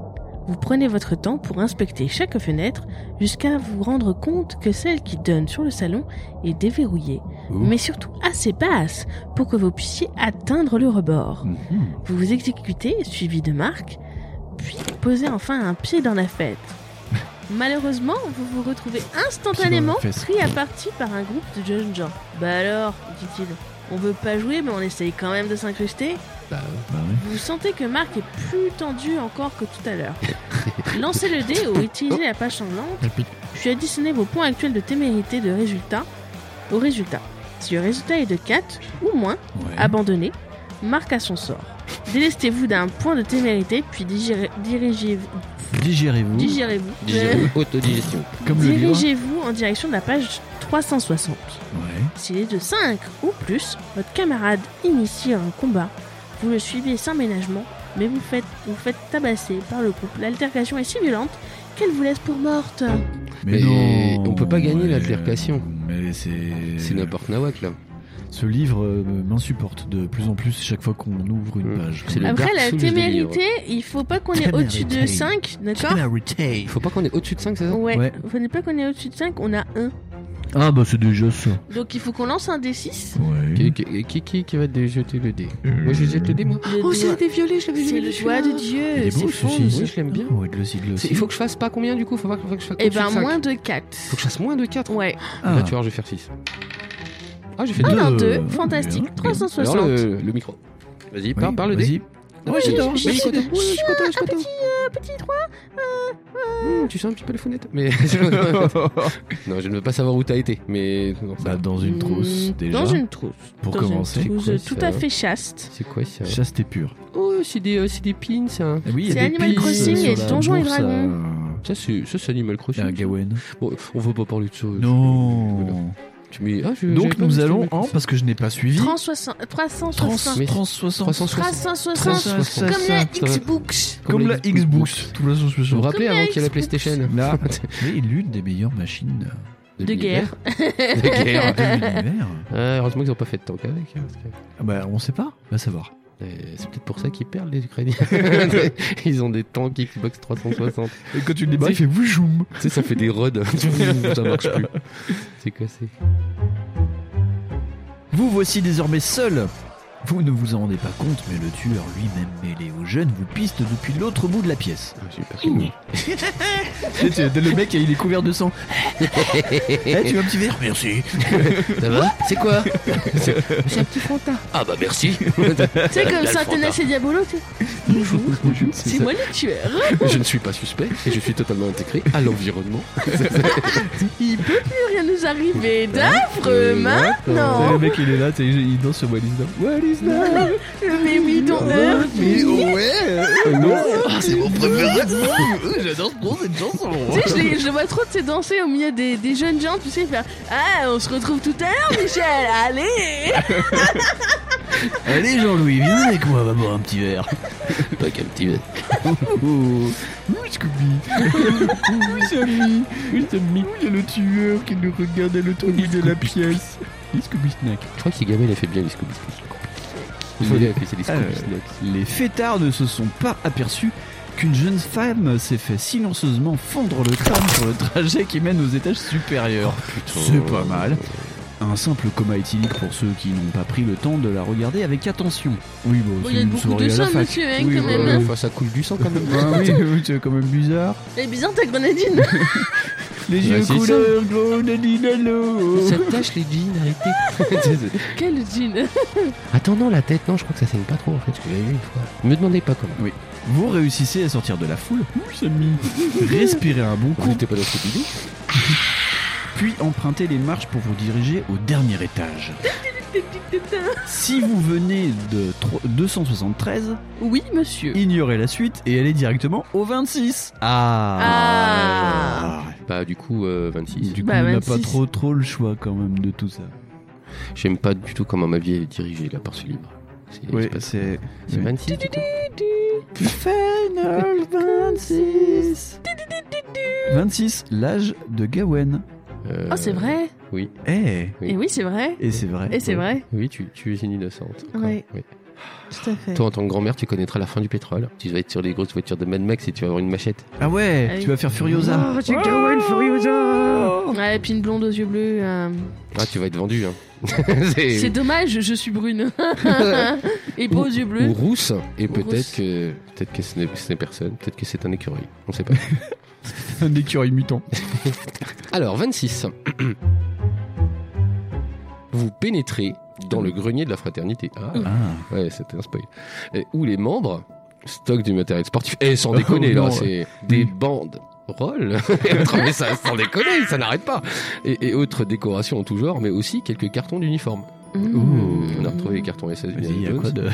Speaker 2: Vous prenez votre temps pour inspecter chaque fenêtre jusqu'à vous rendre compte que celle qui donne sur le salon est déverrouillée,
Speaker 4: Ouh.
Speaker 2: mais surtout assez basse pour que vous puissiez atteindre le rebord.
Speaker 4: Mhm.
Speaker 3: Mm-hmm.
Speaker 2: Vous vous exécutez, suivi de Marc, puis posez enfin un pied dans la fête. Malheureusement, vous vous retrouvez instantanément
Speaker 4: Pied dans la fesse.
Speaker 2: pris à partie par un groupe de jeunes gens. Bah alors, dit-il, on veut pas jouer, mais on essaye quand même de s'incruster.
Speaker 4: Bah ouais.
Speaker 2: Vous sentez que Marc est plus tendu encore que tout à l'heure. Lancez le dé ou utilisez la page sanglante, puis additionnez vos points actuels de témérité de résultat au résultat. Si le résultat est de 4 ou moins,
Speaker 4: Ouais.
Speaker 2: abandonné, marque à son sort. Délestez-vous d'un point de témérité, puis digérez- dirigez-
Speaker 4: Digérez-vous.
Speaker 2: digérez-vous. euh,
Speaker 3: Autodigestion.
Speaker 4: Comme le hein. lion.
Speaker 2: Dirigez-vous en direction de la page 360.
Speaker 4: Ouais.
Speaker 2: S'il est de 5 ou plus, votre camarade initie un combat. Vous le suivez sans ménagement, mais vous faites, vous faites tabasser par le groupe. L'altercation est si violente qu'elle vous laisse pour morte.
Speaker 3: Mais on peut pas gagner
Speaker 4: mais-
Speaker 3: l'altercation.
Speaker 4: Mais c'est.
Speaker 3: C'est n'importe nawak là.
Speaker 4: Ce livre euh, m'insupporte de plus en plus chaque fois qu'on ouvre une
Speaker 3: Mm.
Speaker 4: page.
Speaker 3: C'est le-
Speaker 2: Après,
Speaker 3: Dark
Speaker 2: la
Speaker 3: Souls des
Speaker 2: témérité, il faut pas qu'on est au-dessus
Speaker 4: Témérité.
Speaker 2: de 5, d'accord
Speaker 4: Témérité.
Speaker 3: Il faut pas qu'on est au-dessus de 5, c'est ça
Speaker 2: Ouais.
Speaker 4: Ouais.
Speaker 2: Il faut pas qu'on est au-dessus de 5, on a 1.
Speaker 4: Ah bah c'est déjà ça.
Speaker 2: Donc il faut qu'on lance un D6.
Speaker 4: Ouais. Euh,
Speaker 3: qui, qui, qui- qui- qui va dé- jeter le dé E Moi je jette le dé moi.
Speaker 2: Le doigt-
Speaker 3: violet, je
Speaker 2: C'est le doigt de Dieu.
Speaker 4: Il est
Speaker 2: c'est
Speaker 4: beau,
Speaker 2: fond.
Speaker 4: celui-ci.
Speaker 3: Oui, je l'aime bien.
Speaker 4: Ouais, glossy, glossy.
Speaker 3: Il faut que je fasse pas combien du coup Faut pas que faut que je fasse.
Speaker 2: Eh
Speaker 3: au-dessus
Speaker 2: ben,
Speaker 3: de cinq.
Speaker 2: moins de 4.
Speaker 3: Faut que je fasse moins de 4.
Speaker 2: Ouais.
Speaker 4: Ah.
Speaker 3: Là tu vois, je vais faire 6. Ah, j'ai fait
Speaker 4: Ah,
Speaker 3: deux.
Speaker 2: Alors
Speaker 4: Deux.
Speaker 2: 2, fantastique.
Speaker 4: Bien.
Speaker 2: 360.
Speaker 3: Alors euh, le, le micro. Vas-y,
Speaker 4: Oui,
Speaker 3: parle, parle le dé.
Speaker 4: vas-y.
Speaker 2: Ah,
Speaker 3: Ouais, j'adore.
Speaker 2: je-
Speaker 3: Vas-y,
Speaker 2: je-
Speaker 3: Cotin.
Speaker 2: je-
Speaker 3: Ouais, je cotin, je cotin.
Speaker 2: Petit 3.
Speaker 3: Mmh, tu sens un petit peu les fenêtres. Mais non, je ne veux pas savoir où t'as été. Mais non, ça.
Speaker 4: Bah, dans une trousse
Speaker 2: Mm,
Speaker 4: déjà.
Speaker 2: Dans une trousse.
Speaker 4: Pour
Speaker 2: Dans
Speaker 4: commencer.
Speaker 2: Une trousse
Speaker 3: C'est quoi,
Speaker 2: tout
Speaker 3: ça
Speaker 2: à fait chaste.
Speaker 3: C'est quoi ça
Speaker 4: Chasse t'es pur.
Speaker 3: Oh, c'est des, euh, c'est des pins. hein.
Speaker 4: Ah Oui, il y a
Speaker 2: C'est
Speaker 4: des
Speaker 2: Animal
Speaker 4: piles
Speaker 2: Crossing
Speaker 4: sur
Speaker 2: et
Speaker 4: la
Speaker 2: Donjons et
Speaker 4: bourse à-
Speaker 2: Dragons.
Speaker 3: Ça, c'est, ça, c'est Animal
Speaker 4: Il y
Speaker 3: Crossing.
Speaker 4: a un Gawain.
Speaker 3: Bon, on veut pas parler de ça.
Speaker 4: Non.
Speaker 3: Tu mets- ah, je- j'avais
Speaker 4: Donc
Speaker 3: pas
Speaker 4: nous
Speaker 3: vu
Speaker 4: allons
Speaker 3: Animal
Speaker 4: en,
Speaker 3: Crossing.
Speaker 4: parce que je n'ai pas suivi,
Speaker 2: 360. 360.
Speaker 3: Mais-
Speaker 4: 360.
Speaker 3: 360.
Speaker 2: 360.
Speaker 3: Ça,
Speaker 2: Comme la
Speaker 3: ça va.
Speaker 2: Xbox.
Speaker 4: Comme la Xbox. Tout le monde se
Speaker 3: Vous vous
Speaker 4: saura.
Speaker 3: rappelez
Speaker 2: Comme
Speaker 3: avant
Speaker 2: la
Speaker 3: qu'il y ait la
Speaker 2: Xbox.
Speaker 3: PlayStation
Speaker 4: Là, mais l'une des meilleures machines
Speaker 2: De guerre.
Speaker 3: De guerre.
Speaker 4: de l'univers.
Speaker 3: Ah, heureusement qu'ils n'ont pas fait de tank avec. hein, parce que-
Speaker 4: Ah Bah, on sait pas. Va savoir.
Speaker 3: Euh, C'est peut-être pour ça qu'ils perdent les Ukrainiens. Ils ont des tanks Xbox 360.
Speaker 4: Et quand tu le débats, il fait boujoum.
Speaker 3: tu sais, ça fait des rods. ça marche plus. C'est quoi c'est
Speaker 4: Vous voici désormais seul. Vous ne vous en rendez pas compte, mais le tueur lui-même mêlé aux jeunes vous piste depuis l'autre bout de la pièce.
Speaker 3: Ah, J'ai hyper connu.
Speaker 4: Et tu- le mec, il est couvert de sang. Eh, tu veux un petit verre Merci.
Speaker 3: Ça va C'est quoi
Speaker 2: J'ai un petit frontin.
Speaker 3: Ah bah merci.
Speaker 2: Tu sais, comme
Speaker 3: Là, le
Speaker 2: Santana et Diabolo, tu sais. Bonjour,
Speaker 3: C'est
Speaker 2: C'est
Speaker 3: ça.
Speaker 2: moi le tueur.
Speaker 3: Je ne suis pas suspect et je suis totalement intégré à l'environnement.
Speaker 2: Il peut plus rien nous arriver
Speaker 3: Hein
Speaker 2: d'affreux
Speaker 3: Euh,
Speaker 2: maintenant.
Speaker 4: mec, il est là, il danse sur What is Love. What is Love
Speaker 2: Mais oui, dans Earth.
Speaker 4: Ah, C'est mon préféré J'adore trop cette chanson
Speaker 2: Tu sais, je, les- je le vois trop tu sais, danser au milieu des, des jeunes gens, tu sais, faire Ah, on se retrouve tout à l'heure, Michel, allez
Speaker 4: Allez Jean-Louis, viens avec moi, va boire un petit verre.
Speaker 3: Pas qu'un petit verre.
Speaker 4: Oh, Ouh, Scooby Oui, Sammy Oui, Sammy Il y a le tueur qui nous regarde à l'autre bout de la pièce. Scooby Snack.
Speaker 3: Je crois que ces gamins, il a fait bien les Scooby Snacks. Il a fait c'est les
Speaker 4: Ah,
Speaker 3: Scooby
Speaker 4: ouais.
Speaker 3: Snacks.
Speaker 4: Les fêtards ne se sont pas aperçus qu'une jeune femme s'est fait silencieusement fendre le crâne sur le trajet qui mène aux étages supérieurs. C'est pas mal. Un simple coma éthylique pour ceux qui n'ont pas pris le temps de la regarder avec attention. Oui, bon,
Speaker 2: Bon,
Speaker 4: c'est
Speaker 2: il y a
Speaker 4: une
Speaker 2: beaucoup
Speaker 4: soirée
Speaker 2: de
Speaker 4: à la
Speaker 2: ça,
Speaker 4: fac.
Speaker 2: monsieur, hein,
Speaker 4: Oui,
Speaker 2: quand
Speaker 4: voilà.
Speaker 2: même.
Speaker 3: Enfin, ça coule du sang quand même.
Speaker 4: Ah oui, oui, c'est quand même bizarre.
Speaker 2: Elle est bizarre ta grenadine
Speaker 4: Les
Speaker 3: Ouais,
Speaker 4: yeux
Speaker 3: c'est ça.
Speaker 4: couleur jaune, linalo.
Speaker 3: Ça tâche les jeans, arrêtez.
Speaker 2: Quel jean
Speaker 3: Attends, non, la tête, non, je crois que ça saigne pas trop en fait, je l'avais vu une fois. Me demandez pas comment.
Speaker 4: Vous réussissez à sortir de la foule. Respirez un bon
Speaker 3: Vous
Speaker 4: coup,
Speaker 3: n'étiez pas dans cette idée
Speaker 4: puis empruntez les marches pour vous diriger au dernier étage. Si vous venez de tro- 273,
Speaker 2: Oui, monsieur.
Speaker 4: ignorez la suite et allez directement au 26.
Speaker 2: Ah.
Speaker 3: Bah, du coup, euh, 26.
Speaker 4: Du coup,
Speaker 2: Bah,
Speaker 4: on n'a
Speaker 2: 26.
Speaker 4: pas trop trop le choix quand même de tout ça.
Speaker 3: J'aime pas du tout comment ma vie est dirigée là par ce livre. C'est c'est pas-
Speaker 4: c'est
Speaker 3: c'est
Speaker 4: oui.
Speaker 3: 26. du coup.
Speaker 4: Final 26. 26, l'âge de Gawen.
Speaker 3: Euh,
Speaker 2: Oh, c'est vrai
Speaker 3: Oui,
Speaker 4: Eh,
Speaker 2: Et oui, c'est vrai
Speaker 4: et c'est vrai.
Speaker 2: Et c'est vrai
Speaker 3: oui, tu, tu es une innocente. quoi.
Speaker 2: Ouais.
Speaker 3: Oui.
Speaker 2: Tout à fait.
Speaker 3: Toi, en tant que grand-mère, tu connaîtras la fin du pétrole. Tu vas être sur les grosses voitures de Mad Max et tu vas avoir une machette.
Speaker 4: Ah ouais,
Speaker 2: Ah oui.
Speaker 4: tu vas faire Furiosa.
Speaker 2: Oh, j'ai Gawain Furiosa Ouais, et puis une blonde aux yeux bleus. euh,
Speaker 3: Ah, tu vas être vendu. Hein.
Speaker 2: C'est dommage, je suis brune. et beau aux yeux
Speaker 3: Ou
Speaker 2: bleus.
Speaker 3: rousse, et
Speaker 2: Ou
Speaker 3: peut-être
Speaker 2: rousse.
Speaker 3: que, peut être que ce n'est ce n'est personne, peut-être que c'est un écureuil, on sait pas.
Speaker 4: Un écureuil mutant.
Speaker 3: Alors, 26. Vous pénétrez dans le grenier de la fraternité. Ah, ouais, c'était un spoil. Euh, Où les membres stockent du matériel sportif. Eh, sans déconner,
Speaker 4: Oh,
Speaker 3: là,
Speaker 4: non.
Speaker 3: c'est des bandes. Rolls. mais ça, sans déconner, ça n'arrête pas. Et, et autres décorations en tout genre, mais aussi quelques cartons d'uniforme. On a
Speaker 2: Bah,
Speaker 3: retrouvé les cartons SS.
Speaker 4: Mmh. Vas-y,
Speaker 3: Indiana
Speaker 4: y a
Speaker 3: Jones.
Speaker 4: quoi de-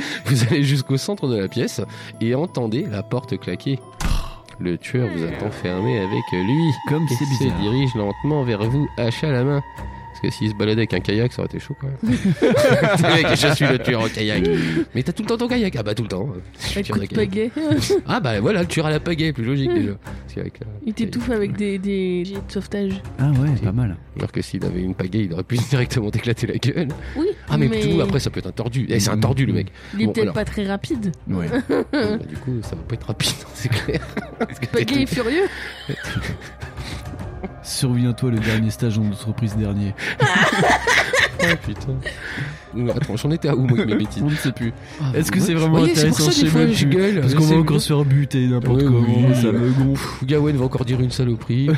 Speaker 3: vous allez jusqu'au centre de la pièce et entendez la porte claquer. Le tueur vous a enfermé avec lui.
Speaker 4: Comme
Speaker 3: Et
Speaker 4: c'est
Speaker 3: se
Speaker 4: bizarre.
Speaker 3: dirige lentement vers vous, hache à la main. Parce que s'il se baladait avec un kayak, ça aurait été chaud quand même. T'es mec, je suis le tueur en kayak. Mais t'as tout le temps ton kayak Ah bah tout le temps. Je suis
Speaker 2: Avec
Speaker 3: tueur
Speaker 2: coup
Speaker 3: de
Speaker 2: de
Speaker 3: kayak.
Speaker 2: pagaie.
Speaker 3: Ah bah voilà, le tueur à la pagaie, plus logique déjà. Parce qu'avec la-
Speaker 2: Il t'étouffe avec des, des gilets de sauvetage.
Speaker 4: Ah ouais, pas mal.
Speaker 3: Alors que s'il avait une pagaie, il aurait pu directement t'éclater la gueule.
Speaker 2: Oui.
Speaker 3: Ah mais, tout, après ça peut être un tordu. Eh, c'est un tordu le mec.
Speaker 2: Il est
Speaker 3: Bon,
Speaker 2: peut-être
Speaker 3: alors.
Speaker 2: pas très rapide.
Speaker 4: Ouais.
Speaker 3: Bon, bah, du coup, ça va pas être rapide, c'est clair. Parce que t'es
Speaker 2: Pagaie est furieux.
Speaker 4: Surviens-toi le dernier stage en entreprise dernier.
Speaker 3: Oh, putain. Non, Attends, j'en étais à où moi avec mes bêtises
Speaker 4: On ne sait plus.
Speaker 3: Ah,
Speaker 4: Est-ce que
Speaker 3: ouais.
Speaker 4: c'est vraiment
Speaker 3: Voyez, c'est pour
Speaker 4: intéressant
Speaker 3: ça, des
Speaker 4: Je sais
Speaker 3: fois,
Speaker 4: même
Speaker 3: je
Speaker 4: plus.
Speaker 3: gueule.
Speaker 4: Parce qu'on
Speaker 3: C'est
Speaker 4: va encore
Speaker 3: bien.
Speaker 4: se faire buter n'importe
Speaker 3: Ouais,
Speaker 4: comment,
Speaker 3: oui.
Speaker 4: ça me gonfle.
Speaker 3: hein. Pff, Gawain va encore dire une saloperie.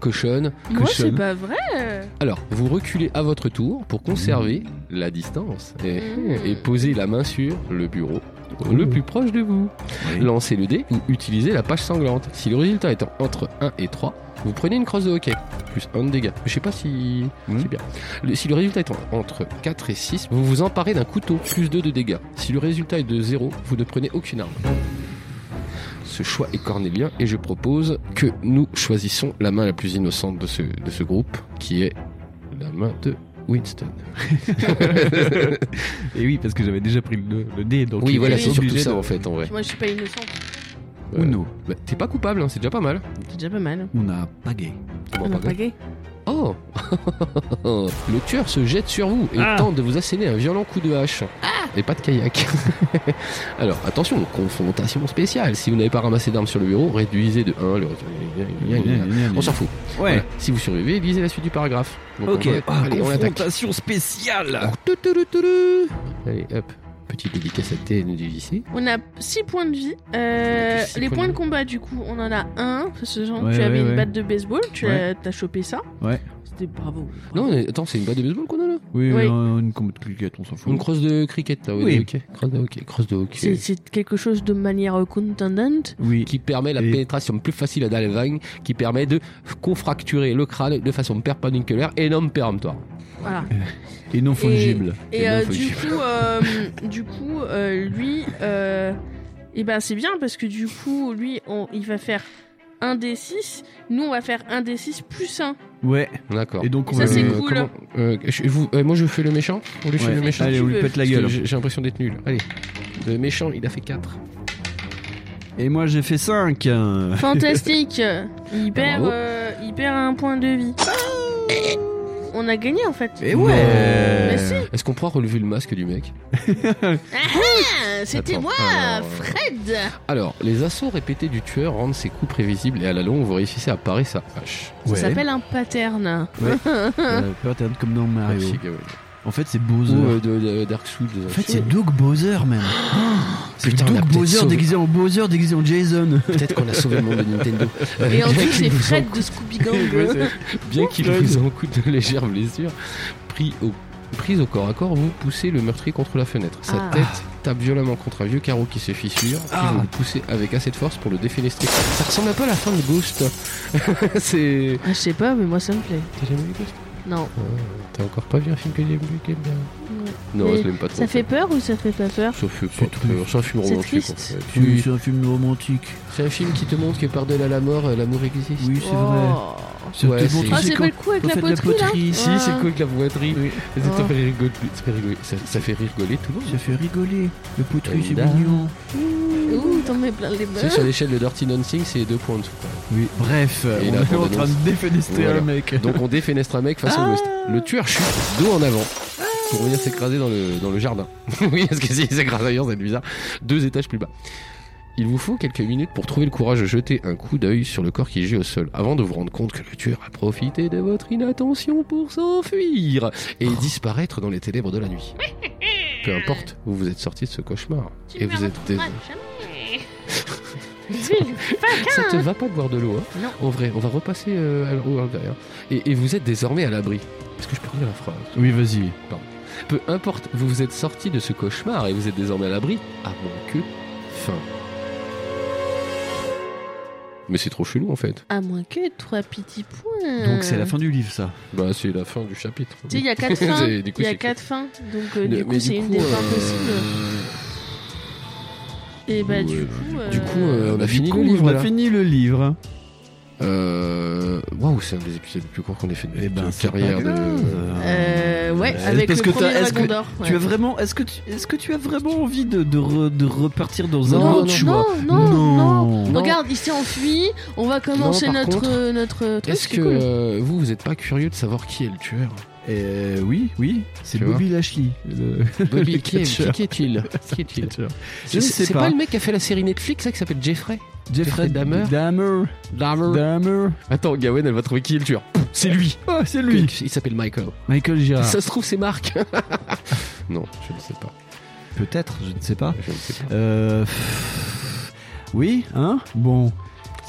Speaker 3: Cochonne.
Speaker 2: Moi,
Speaker 4: Cochonne.
Speaker 2: c'est pas vrai.
Speaker 3: Alors, vous reculez à votre tour pour conserver la distance et,
Speaker 2: Mmh.
Speaker 3: et posez la main sur le bureau le plus proche de vous. Lancez le dé ou utilisez la page sanglante. Si le résultat est entre 1 et 3, vous prenez une crosse de hockey, plus 1 de dégâts. Je sais pas si
Speaker 4: Mmh.
Speaker 3: c'est bien. Le- si le résultat est en- entre 4 et 6, vous vous emparez d'un couteau, plus 2 de dégâts. Si le résultat est de 0, vous ne prenez aucune arme. Ce choix est cornélien et je propose que nous choisissons la main la plus innocente de ce, de ce groupe, qui est la main de Winston.
Speaker 4: Et oui, parce que j'avais déjà pris le, le dé, donc
Speaker 3: oui,
Speaker 4: il
Speaker 3: voilà,
Speaker 4: était
Speaker 3: c'est surtout
Speaker 4: obligé
Speaker 3: ça
Speaker 4: de-
Speaker 3: en fait, en vrai.
Speaker 2: Moi, je suis pas innocente.
Speaker 3: Euh,
Speaker 4: Uno.
Speaker 3: bah, T'es pas coupable, hein, c'est déjà pas mal.
Speaker 2: C'est déjà pas mal.
Speaker 4: On a pas gay.
Speaker 2: On
Speaker 3: Bon,
Speaker 2: a
Speaker 3: par contre-
Speaker 2: pagaie.
Speaker 3: Oh Le tueur se jette sur vous et
Speaker 4: Ah.
Speaker 3: tente de vous asséner un violent coup de hache. Et pas de kayak. Alors, attention, confrontation spéciale. Si vous n'avez pas ramassé d'armes sur le bureau, réduisez de 1 le... On s'en fout. Voilà.
Speaker 4: Ouais.
Speaker 3: Si vous survivez, lisez la suite du paragraphe. Donc,
Speaker 4: Ok.
Speaker 3: on va-
Speaker 4: Ah,
Speaker 3: Allez, on attaque.
Speaker 4: confrontation spéciale.
Speaker 3: Alors, tu, tu, tu, tu, tu. Allez, hop. Petite dédicace à TN du lycée.
Speaker 2: On a 6 points de vie. Euh,
Speaker 3: On a que six
Speaker 2: les
Speaker 3: points
Speaker 2: points
Speaker 3: de
Speaker 2: de combat, du coup, on en a un. Parce que genre,
Speaker 4: Ouais,
Speaker 2: tu avais
Speaker 4: ouais,
Speaker 2: une
Speaker 4: ouais.
Speaker 2: batte de baseball, tu
Speaker 4: Ouais.
Speaker 2: as, t'as chopé ça.
Speaker 4: Ouais.
Speaker 2: C'était bravo. bravo.
Speaker 3: Non, mais attends, c'est une batte de baseball qu'on a là
Speaker 4: Oui,
Speaker 2: Oui.
Speaker 4: euh, une combat de cliquette, on s'en fout.
Speaker 3: Une crosse de cricket là, ouais,
Speaker 4: Mm. Oui.
Speaker 3: de hockey. Crosse de hockey, crosse de hockey.
Speaker 2: C'est- C'est quelque chose de manière euh, contendante.
Speaker 4: Oui.
Speaker 3: qui permet la
Speaker 4: Et-
Speaker 3: pénétration plus facile à Dalvagne, qui permet de confracturer le crâne de façon perpendiculaire et non péremptoire.
Speaker 2: Voilà.
Speaker 4: Et non
Speaker 2: fongible.
Speaker 4: fongible.
Speaker 2: Et euh,
Speaker 3: bien, faut
Speaker 2: du,
Speaker 3: que
Speaker 2: coup, euh, du coup, euh, lui, euh, eh ben c'est bien parce que du coup, lui, on- il va faire 1 d 6. Nous, on va faire 1 d 6 plus 1.
Speaker 4: Ouais.
Speaker 3: D'accord.
Speaker 4: Et donc on
Speaker 2: Ça,
Speaker 4: va
Speaker 2: c'est
Speaker 4: le-
Speaker 2: cool.
Speaker 3: comment- euh, je- vous- euh, moi je fais le méchant. On lui fait
Speaker 4: Ouais.
Speaker 3: le méchant.
Speaker 4: Allez,
Speaker 2: tu
Speaker 4: on lui
Speaker 2: veux.
Speaker 4: pète la
Speaker 3: Parce que
Speaker 4: gueule.
Speaker 3: J'ai j'ai l'impression d'être nul. Allez. Le méchant, il a fait 4.
Speaker 4: Et moi j'ai fait hein. 5.
Speaker 2: Fantastique Il perd,
Speaker 3: bravo.
Speaker 2: euh, il perd un point de vie. On a gagné en fait.
Speaker 3: Eh
Speaker 4: Et ouais.
Speaker 2: Mais si.
Speaker 3: Est-ce qu'on pourra relever le masque du mec
Speaker 2: Ah, C'était
Speaker 3: Attends,
Speaker 2: moi,
Speaker 3: alors, euh,
Speaker 2: Fred
Speaker 3: Alors, les assauts répétés du tueur rendent ses coups prévisibles et à la longue, vous réussissez à parer sa hache.
Speaker 2: Ça s'appelle un pattern.
Speaker 4: Euh, Pattern comme dans Mario.
Speaker 3: Merci, Gawain.
Speaker 4: En fait c'est
Speaker 3: Ou
Speaker 4: Bowser.
Speaker 3: euh, de, de- Dark Souls.
Speaker 4: En fait c'est Doug Bowser même. Oh, C'est
Speaker 3: Putain, on a
Speaker 4: Doug
Speaker 3: peut-être
Speaker 4: Bowser
Speaker 3: sauvé-
Speaker 4: déguisé en Bowser déguisé en Jason.
Speaker 3: peut-être qu'on a sauvé le monde de Nintendo.
Speaker 2: Et en
Speaker 3: Bien
Speaker 2: dessous,
Speaker 3: qu'il
Speaker 2: c'est
Speaker 3: nous en
Speaker 2: Fred de Scooby Gang.
Speaker 3: Bien qu'il vous en coûte de légères blessures, pris au, prise au corps à corps, vous poussez le meurtrier contre la fenêtre. Sa
Speaker 2: Ah.
Speaker 3: tête tape violemment contre un vieux carreau qui se fissure, puis vous le poussez avec assez de force pour le défenestrer. Ça ressemble un peu à la fin de Ghost. C'est.
Speaker 2: Ah, je sais pas, mais moi ça me plaît.
Speaker 3: T'as jamais vu Ghost
Speaker 2: Non.
Speaker 3: T'as encore pas vu un film que j'aime bien
Speaker 2: Ouais.
Speaker 3: Non,
Speaker 2: Mais
Speaker 3: je l'aime pas trop.
Speaker 2: Ça fait peur ou ça fait pas peur
Speaker 3: Ça fait pas
Speaker 4: tout.
Speaker 3: peur. C'est un film
Speaker 2: C'est
Speaker 3: romantique en
Speaker 2: triste.
Speaker 3: fait.
Speaker 4: Oui, C'est un film romantique.
Speaker 3: C'est un film qui te montre que par-delà la mort, euh, l'amour existe.
Speaker 4: Oui c'est vrai.
Speaker 2: Oh.
Speaker 4: C'est
Speaker 3: Ouais,
Speaker 4: tout bon,
Speaker 3: c'est-
Speaker 4: tout
Speaker 2: Ah,
Speaker 3: Tu
Speaker 2: c'est
Speaker 4: quand-
Speaker 2: pas le coup avec
Speaker 4: quand
Speaker 2: la
Speaker 4: faites
Speaker 2: poterie, là
Speaker 3: Ici,
Speaker 2: Ouais.
Speaker 3: c'est cool que la boiterie. Ça,
Speaker 2: Oh.
Speaker 3: fait rigoler, ça fait rigoler- ça- ça fait rigoler tout le monde.
Speaker 4: Ça fait rigoler. Le poterie c'est
Speaker 3: Linda.
Speaker 4: mignon.
Speaker 2: Ouh, t'en mets plein les
Speaker 3: Tu
Speaker 2: mains.
Speaker 3: sais, sur l'échelle de Dirty Dancing, c'est deux points en dessous. quoi.
Speaker 4: Oui. Bref,
Speaker 3: il a
Speaker 4: on est en
Speaker 3: abandonné.
Speaker 4: train de défenestrer
Speaker 3: Voilà.
Speaker 4: un mec.
Speaker 3: Donc on défenestre un mec façon West. Le tueur chute dos en avant pour venir s'écraser dans le, dans le jardin. oui, parce que s'il s'écrase ailleurs, c'est bizarre. Deux étages plus bas. Il vous faut quelques minutes pour trouver le courage de jeter un coup d'œil sur le corps qui gît au sol, avant de vous rendre compte que le tueur a profité de votre inattention pour s'enfuir et disparaître dans les ténèbres de la nuit. Peu importe, vous vous êtes sorti de ce cauchemar. et vous êtes... dés- Ça te va pas de boire de l'eau, hein
Speaker 2: Non.
Speaker 3: En vrai, on va repasser euh, à l'eau derrière. Et, et vous êtes désormais à l'abri. Est-ce que je peux lire la phrase
Speaker 4: Oui vas-y.
Speaker 3: Peu importe, vous vous êtes sorti de ce cauchemar et vous êtes désormais à l'abri, à moins que... Fin. Mais c'est trop chelou en fait.
Speaker 2: À moins que trois petits points.
Speaker 4: Donc c'est la fin du livre, ça.
Speaker 3: Bah c'est la fin du chapitre.
Speaker 2: Tu sais, il y a quatre
Speaker 3: Vous
Speaker 2: fins.
Speaker 3: avez- du coup,
Speaker 2: Il y a
Speaker 3: c'est que-
Speaker 2: quatre fins. Donc, euh,
Speaker 3: Mais-
Speaker 2: du coup,
Speaker 3: mais
Speaker 2: c'est une des
Speaker 3: coup,
Speaker 2: fins
Speaker 3: euh,
Speaker 2: possibles. Et bah,
Speaker 3: ouais,
Speaker 2: du
Speaker 3: bah,
Speaker 2: coup.
Speaker 3: Du coup, euh, on a
Speaker 4: Du
Speaker 3: fini
Speaker 4: coup,
Speaker 3: le livre
Speaker 4: On
Speaker 3: là.
Speaker 4: a fini le livre.
Speaker 3: Euh, Waouh, c'est un des épisodes les plus courts qu'on ait fait de
Speaker 4: Eh ben,
Speaker 3: notre
Speaker 4: c'est pas
Speaker 3: carrière. De...
Speaker 4: grave.
Speaker 2: euh, ouais,
Speaker 4: Euh,
Speaker 2: avec
Speaker 4: parce
Speaker 2: le
Speaker 4: que
Speaker 2: premier
Speaker 4: t'as- est-ce
Speaker 2: dragon
Speaker 4: que
Speaker 2: d'or. ouais.
Speaker 4: Tu as vraiment Est-ce que tu est-ce que tu as vraiment envie de de, re- de repartir dans un
Speaker 2: Non,
Speaker 4: autre choix
Speaker 2: non, non,
Speaker 4: non.
Speaker 3: Non.
Speaker 2: Regarde, il s'est enfui. On va commencer
Speaker 3: par
Speaker 2: notre,
Speaker 3: contre,
Speaker 2: euh, notre euh, truc.
Speaker 3: Est-ce
Speaker 2: c'est
Speaker 3: que
Speaker 2: cool.
Speaker 3: euh, vous, vous êtes pas curieux de savoir qui est le tueur
Speaker 4: Euh, oui, oui, c'est
Speaker 3: Tu
Speaker 4: Bobby Lashley. le-
Speaker 3: Bobby,
Speaker 4: le
Speaker 3: qui est-
Speaker 4: catcheur.
Speaker 3: qui est-il Qui est-il
Speaker 4: Je ne sais
Speaker 3: C'est
Speaker 4: pas.
Speaker 3: pas le mec qui a fait la série Netflix ça, qui s'appelle Jeffrey
Speaker 4: Jeffrey
Speaker 3: Dahmer.
Speaker 4: Dahmer.
Speaker 3: Dahmer.
Speaker 4: Dahmer.
Speaker 3: Attends, Gawen, elle va trouver qui est le tueur. C'est lui.
Speaker 4: Oh, c'est lui.
Speaker 3: Il s'appelle Michael.
Speaker 4: Michael Girard.
Speaker 3: Ça se trouve, c'est Marc. non, je ne sais pas.
Speaker 4: Peut-être, je ne sais pas.
Speaker 3: Je ne sais pas.
Speaker 4: Euh, pff, Oui, hein Bon.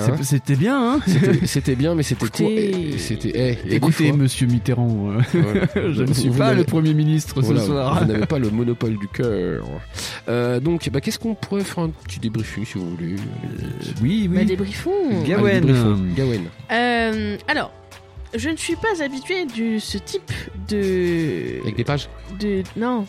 Speaker 4: C'est-
Speaker 3: Hein
Speaker 4: C'était bien, hein
Speaker 3: C'était- C'était bien, mais c'était
Speaker 2: Écoutez.
Speaker 3: court. et- et C'était. eh, il y a des
Speaker 4: Écoutez,
Speaker 3: fois-
Speaker 4: monsieur Mitterrand, euh,
Speaker 3: Voilà.
Speaker 4: je ne suis
Speaker 3: Vous
Speaker 4: pas
Speaker 3: n'avez-
Speaker 4: le Premier ministre
Speaker 3: voilà,
Speaker 4: ce soir.
Speaker 3: Vous n'avez pas le monopole du cœur. Euh, donc, bah, qu'est-ce qu'on pourrait faire un petit débriefing si vous voulez
Speaker 4: Oui,
Speaker 2: Bah,
Speaker 4: oui.
Speaker 2: débriefons.
Speaker 4: Gawen.
Speaker 3: Un débriefing. Gawen.
Speaker 2: Euh, alors, je ne suis pas habituée de ce type de.
Speaker 3: Avec des pages
Speaker 2: de non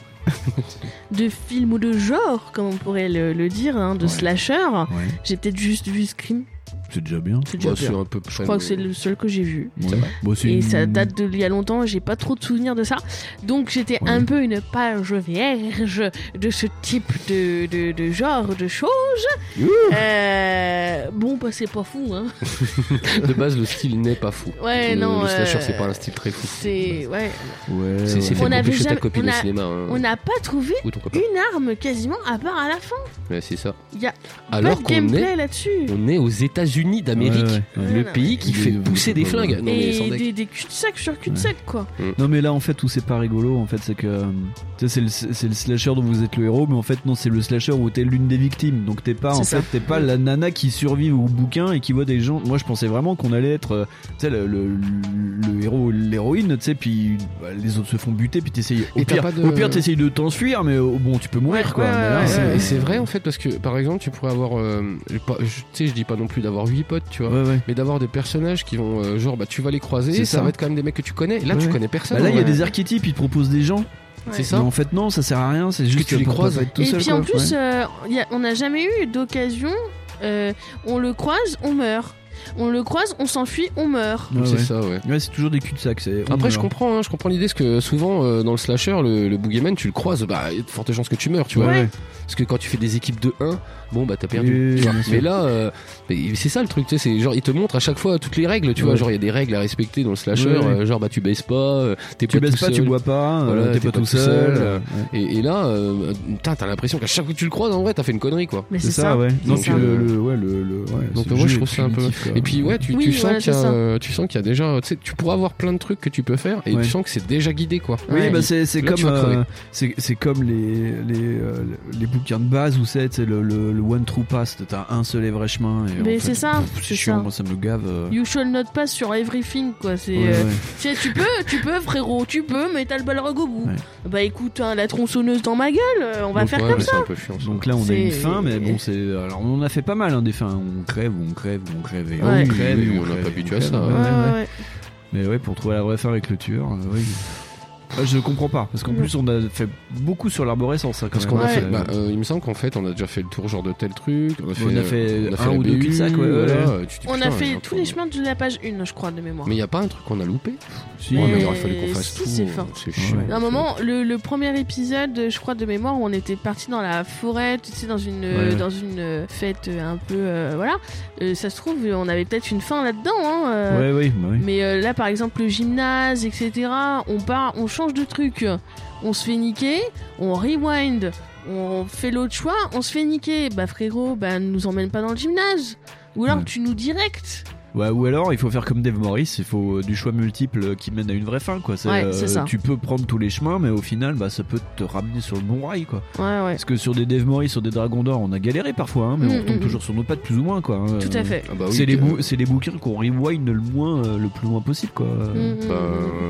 Speaker 2: de film ou de genre comme on pourrait le, le dire hein, de
Speaker 4: Ouais.
Speaker 2: slasher
Speaker 4: Ouais,
Speaker 2: j'ai peut-être juste vu Scream
Speaker 4: c'est déjà bien.
Speaker 2: c'est déjà
Speaker 3: Bah,
Speaker 2: bien.
Speaker 3: C'est un peu.
Speaker 2: je crois que c'est le seul que j'ai vu
Speaker 4: Ouais. Bon, c'est
Speaker 2: et
Speaker 4: une-
Speaker 2: ça date de il y a longtemps j'ai pas trop de souvenirs de ça donc j'étais
Speaker 4: Ouais.
Speaker 2: un peu une page vierge de ce type de, de, de genre de choses
Speaker 3: Ouh.
Speaker 2: Euh, bon bah c'est pas fou hein
Speaker 3: De base, le style n'est pas fou.
Speaker 2: ouais
Speaker 3: le,
Speaker 2: non
Speaker 3: Le slasher,
Speaker 2: euh,
Speaker 3: c'est pas un style très fou.
Speaker 2: c'est ouais
Speaker 4: Ouais,
Speaker 3: C'est c'est
Speaker 4: ouais.
Speaker 3: fait
Speaker 2: On
Speaker 3: pour
Speaker 2: avait
Speaker 3: toucher ta
Speaker 2: jamais-
Speaker 3: copine
Speaker 2: on
Speaker 3: au
Speaker 2: a-
Speaker 3: cinéma. hein.
Speaker 2: on n'a pas trouvé
Speaker 3: Ou ton copain.
Speaker 2: une arme quasiment à part à la fin
Speaker 3: Ouais, c'est ça.
Speaker 2: il y a
Speaker 3: Alors
Speaker 2: pas de
Speaker 3: qu'on est,
Speaker 2: gameplay là-dessus
Speaker 3: on est aux États-Unis d'Amérique.
Speaker 4: Ouais, ouais, ouais.
Speaker 3: Le
Speaker 2: Voilà.
Speaker 3: pays qui
Speaker 4: Il
Speaker 3: fait
Speaker 4: est-
Speaker 3: pousser des
Speaker 4: Ouais.
Speaker 3: flingues. Non, mais sans
Speaker 2: et
Speaker 3: deck.
Speaker 2: des, des cul-de-sac sur cul-de-sac, quoi.
Speaker 4: Non mais là en fait où c'est pas rigolo en fait c'est que euh, tu sais, c'est le, c'est le slasher dont vous êtes le héros mais en fait non c'est le slasher où t'es l'une des victimes donc t'es pas en
Speaker 2: C'est ça.
Speaker 4: fait t'es pas la nana qui survit au bouquin et qui voit des gens moi je pensais vraiment qu'on allait être euh, tu sais le, le, le héros ou l'héroïne tu sais puis bah, les autres se font buter puis t'essayes au
Speaker 3: Et t'as
Speaker 4: pire
Speaker 3: pas de-
Speaker 4: au pire t'essayes de t'enfuir mais euh, bon tu peux mourir
Speaker 2: Ouais,
Speaker 4: quoi
Speaker 2: ouais,
Speaker 4: Mais là,
Speaker 2: ouais,
Speaker 4: c'est-
Speaker 3: Et c'est vrai en fait parce que par exemple tu pourrais avoir euh, pas- je- tu sais je dis pas non plus d'avoir huit potes tu vois
Speaker 4: ouais ouais
Speaker 3: mais d'avoir des personnages qui vont euh, genre bah tu vas les croiser
Speaker 4: C'est
Speaker 3: ça,
Speaker 4: ça.
Speaker 3: va être quand même des mecs que tu connais et là tu
Speaker 4: Ouais.
Speaker 3: connais personne
Speaker 4: bah là il y a
Speaker 3: ouais.
Speaker 4: des archétypes ils te proposent des gens
Speaker 3: c'est ça
Speaker 4: mais en fait non ça sert à rien c'est juste
Speaker 3: tu les
Speaker 4: pour pas
Speaker 3: croises.
Speaker 4: être tout
Speaker 2: et
Speaker 4: seul,
Speaker 2: puis en
Speaker 4: quoi.
Speaker 2: plus,
Speaker 4: Ouais.
Speaker 2: euh, y a- on n'a jamais eu d'occasion. euh, on le croise, on meurt. On le croise, on s'enfuit, on meurt.
Speaker 4: Ouais,
Speaker 3: c'est
Speaker 4: ouais.
Speaker 3: ça ouais
Speaker 4: Ouais, c'est toujours des cul-de-sac c'est
Speaker 3: après je
Speaker 4: Voilà.
Speaker 3: comprends hein, je comprends l'idée parce que souvent euh, dans le slasher le, le boogeyman tu le croises bah il y a de fortes chances que tu meurs tu vois
Speaker 2: Ouais.
Speaker 3: parce que quand tu fais des équipes de 1 bon bah t'as perdu
Speaker 4: Oui, oui,
Speaker 3: tu vois.
Speaker 4: bien sûr.
Speaker 3: mais là euh, mais c'est ça le truc tu sais c'est genre il te montre à chaque fois toutes les règles tu vois
Speaker 4: Ouais.
Speaker 3: genre il y a des règles à respecter dans le slasher
Speaker 4: Ouais, ouais.
Speaker 3: euh, genre bah tu baisses pas euh, t'es
Speaker 4: Tu
Speaker 3: pas
Speaker 4: baisses
Speaker 3: tout
Speaker 4: pas, tu
Speaker 3: seul.
Speaker 4: bois pas, euh,
Speaker 3: Voilà,
Speaker 4: t'es pas, tout seul.
Speaker 3: euh,
Speaker 4: ouais.
Speaker 3: Et, et là, euh, putain, t'as l'impression qu'à chaque fois que tu le croises, en vrai, t'as fait une connerie, quoi.
Speaker 2: Mais
Speaker 4: C'est ça, ouais.
Speaker 2: C'est
Speaker 4: Donc, euh,
Speaker 2: ça.
Speaker 4: le, le- ouais, le, le- ouais,
Speaker 3: euh, Donc,
Speaker 4: ce
Speaker 3: moi,
Speaker 4: jeu
Speaker 3: je
Speaker 4: est
Speaker 3: trouve ça un peu.
Speaker 4: punitif, quoi.
Speaker 3: Et puis, ouais, tu,
Speaker 2: Oui,
Speaker 3: tu sens
Speaker 2: voilà,
Speaker 3: qu'il y a,
Speaker 2: c'est ça.
Speaker 3: euh, tu sens qu'il y a déjà, tu sais, tu pourras avoir plein de trucs que tu peux faire, et
Speaker 4: Ouais.
Speaker 3: tu sens que c'est déjà guidé, quoi.
Speaker 4: Oui,
Speaker 2: Ouais.
Speaker 4: bah c'est c'est
Speaker 3: Là, tu
Speaker 4: comme
Speaker 3: vas crever.
Speaker 4: euh, c'est c'est comme les les, euh, les bouquins de base où c'est tu sais, le, le, le one true pass t'as un seul et vrai chemin et
Speaker 2: Mais
Speaker 4: en fait,
Speaker 2: c'est ça,
Speaker 4: pff,
Speaker 2: c'est
Speaker 4: c'est chiant
Speaker 2: ça.
Speaker 4: moi ça me gave euh.
Speaker 2: You shall not pass sur everything, quoi. C'est,
Speaker 4: Ouais,
Speaker 2: euh,
Speaker 4: ouais.
Speaker 2: tu sais, tu peux, tu peux, frérot, tu peux, mais t'as le balrog au bout.
Speaker 4: Ouais.
Speaker 2: Bah écoute, hein, la tronçonneuse dans ma gueule, euh, on va
Speaker 3: Donc,
Speaker 2: faire
Speaker 3: ouais,
Speaker 2: comme
Speaker 3: mais
Speaker 2: ça.
Speaker 3: C'est un peu chiant. ça.
Speaker 4: donc là on a
Speaker 2: C'est-
Speaker 4: une fin mais bon c'est alors on en a fait pas mal hein, des fins on crève on crève on crève et
Speaker 2: Ouais.
Speaker 4: on crève
Speaker 3: Oui,
Speaker 4: et
Speaker 3: on n'est
Speaker 4: crève,
Speaker 3: pas
Speaker 4: et
Speaker 3: habitué à
Speaker 4: crève,
Speaker 3: ça, hein.
Speaker 2: Ouais,
Speaker 4: ouais, ouais.
Speaker 2: ouais, ouais.
Speaker 4: Mais ouais, pour trouver la vraie fin avec le tueur, euh, oui. Ah, je comprends pas, parce qu'en plus on a fait beaucoup sur l'arborescence. hein, quand
Speaker 3: Parce qu'on
Speaker 4: même.
Speaker 3: a fait,
Speaker 4: Euh,
Speaker 3: bah, euh, il me semble qu'en fait, on a déjà fait le tour genre de tel truc. On a fait,
Speaker 4: On a
Speaker 3: euh,
Speaker 4: fait
Speaker 3: on a
Speaker 4: un
Speaker 3: la
Speaker 4: ou deux
Speaker 3: BU,
Speaker 4: cul-de-sac, ouais, ouais.
Speaker 3: voilà, tu te dis,
Speaker 2: On a
Speaker 3: putain,
Speaker 2: fait
Speaker 3: un
Speaker 2: tous
Speaker 3: peu-
Speaker 2: les chemins de la page 1, je crois, de mémoire.
Speaker 3: Mais il y a pas un truc qu'on a loupé
Speaker 4: si,
Speaker 2: Mais-
Speaker 3: Ouais, mais
Speaker 4: mais-
Speaker 3: alors, il fallait qu'on fasse
Speaker 2: si,
Speaker 3: tout. hein.
Speaker 2: c'est fort.
Speaker 3: C'est chiant.
Speaker 4: Ouais.
Speaker 2: À un moment, le, le premier épisode, je crois de mémoire, où on était parti dans la forêt, tu sais, dans une,
Speaker 4: Ouais.
Speaker 2: dans une euh, fête euh, un peu, euh, voilà. Euh, ça se trouve, on avait peut-être une fin là-dedans. Hein, euh,
Speaker 4: Ouais, oui, bah oui.
Speaker 2: Mais euh, là, par exemple, le gymnase, etc. On part, on change de truc. On se fait niquer, on rewind, on fait l'autre choix, on se fait niquer. Bah frérot, bah nous emmène pas dans le gymnase. Ou alors
Speaker 4: Ouais.
Speaker 2: tu nous directes.
Speaker 4: Ouais, Bah, ou alors il faut faire comme Dave Morris, il faut euh, du choix multiple euh, qui mène à une vraie fin quoi. euh,
Speaker 2: Ouais, c'est ça.
Speaker 4: Tu peux prendre tous les chemins, mais au final, bah, ça peut te ramener sur le bon rail quoi.
Speaker 2: Ouais, ouais.
Speaker 4: Parce que sur des Dave Morris, sur des Dragons d'Or, on a galéré parfois, hein, mais
Speaker 2: Mm,
Speaker 4: on retombe
Speaker 2: mm,
Speaker 4: toujours sur nos pattes plus ou moins quoi. hein.
Speaker 2: Tout à fait.
Speaker 3: Ah bah oui,
Speaker 4: C'est les,
Speaker 3: que-
Speaker 4: bou- c'est les bouquins qu'on rewind le moins, euh, le plus loin possible quoi.
Speaker 2: Mm, mm,
Speaker 3: Bah,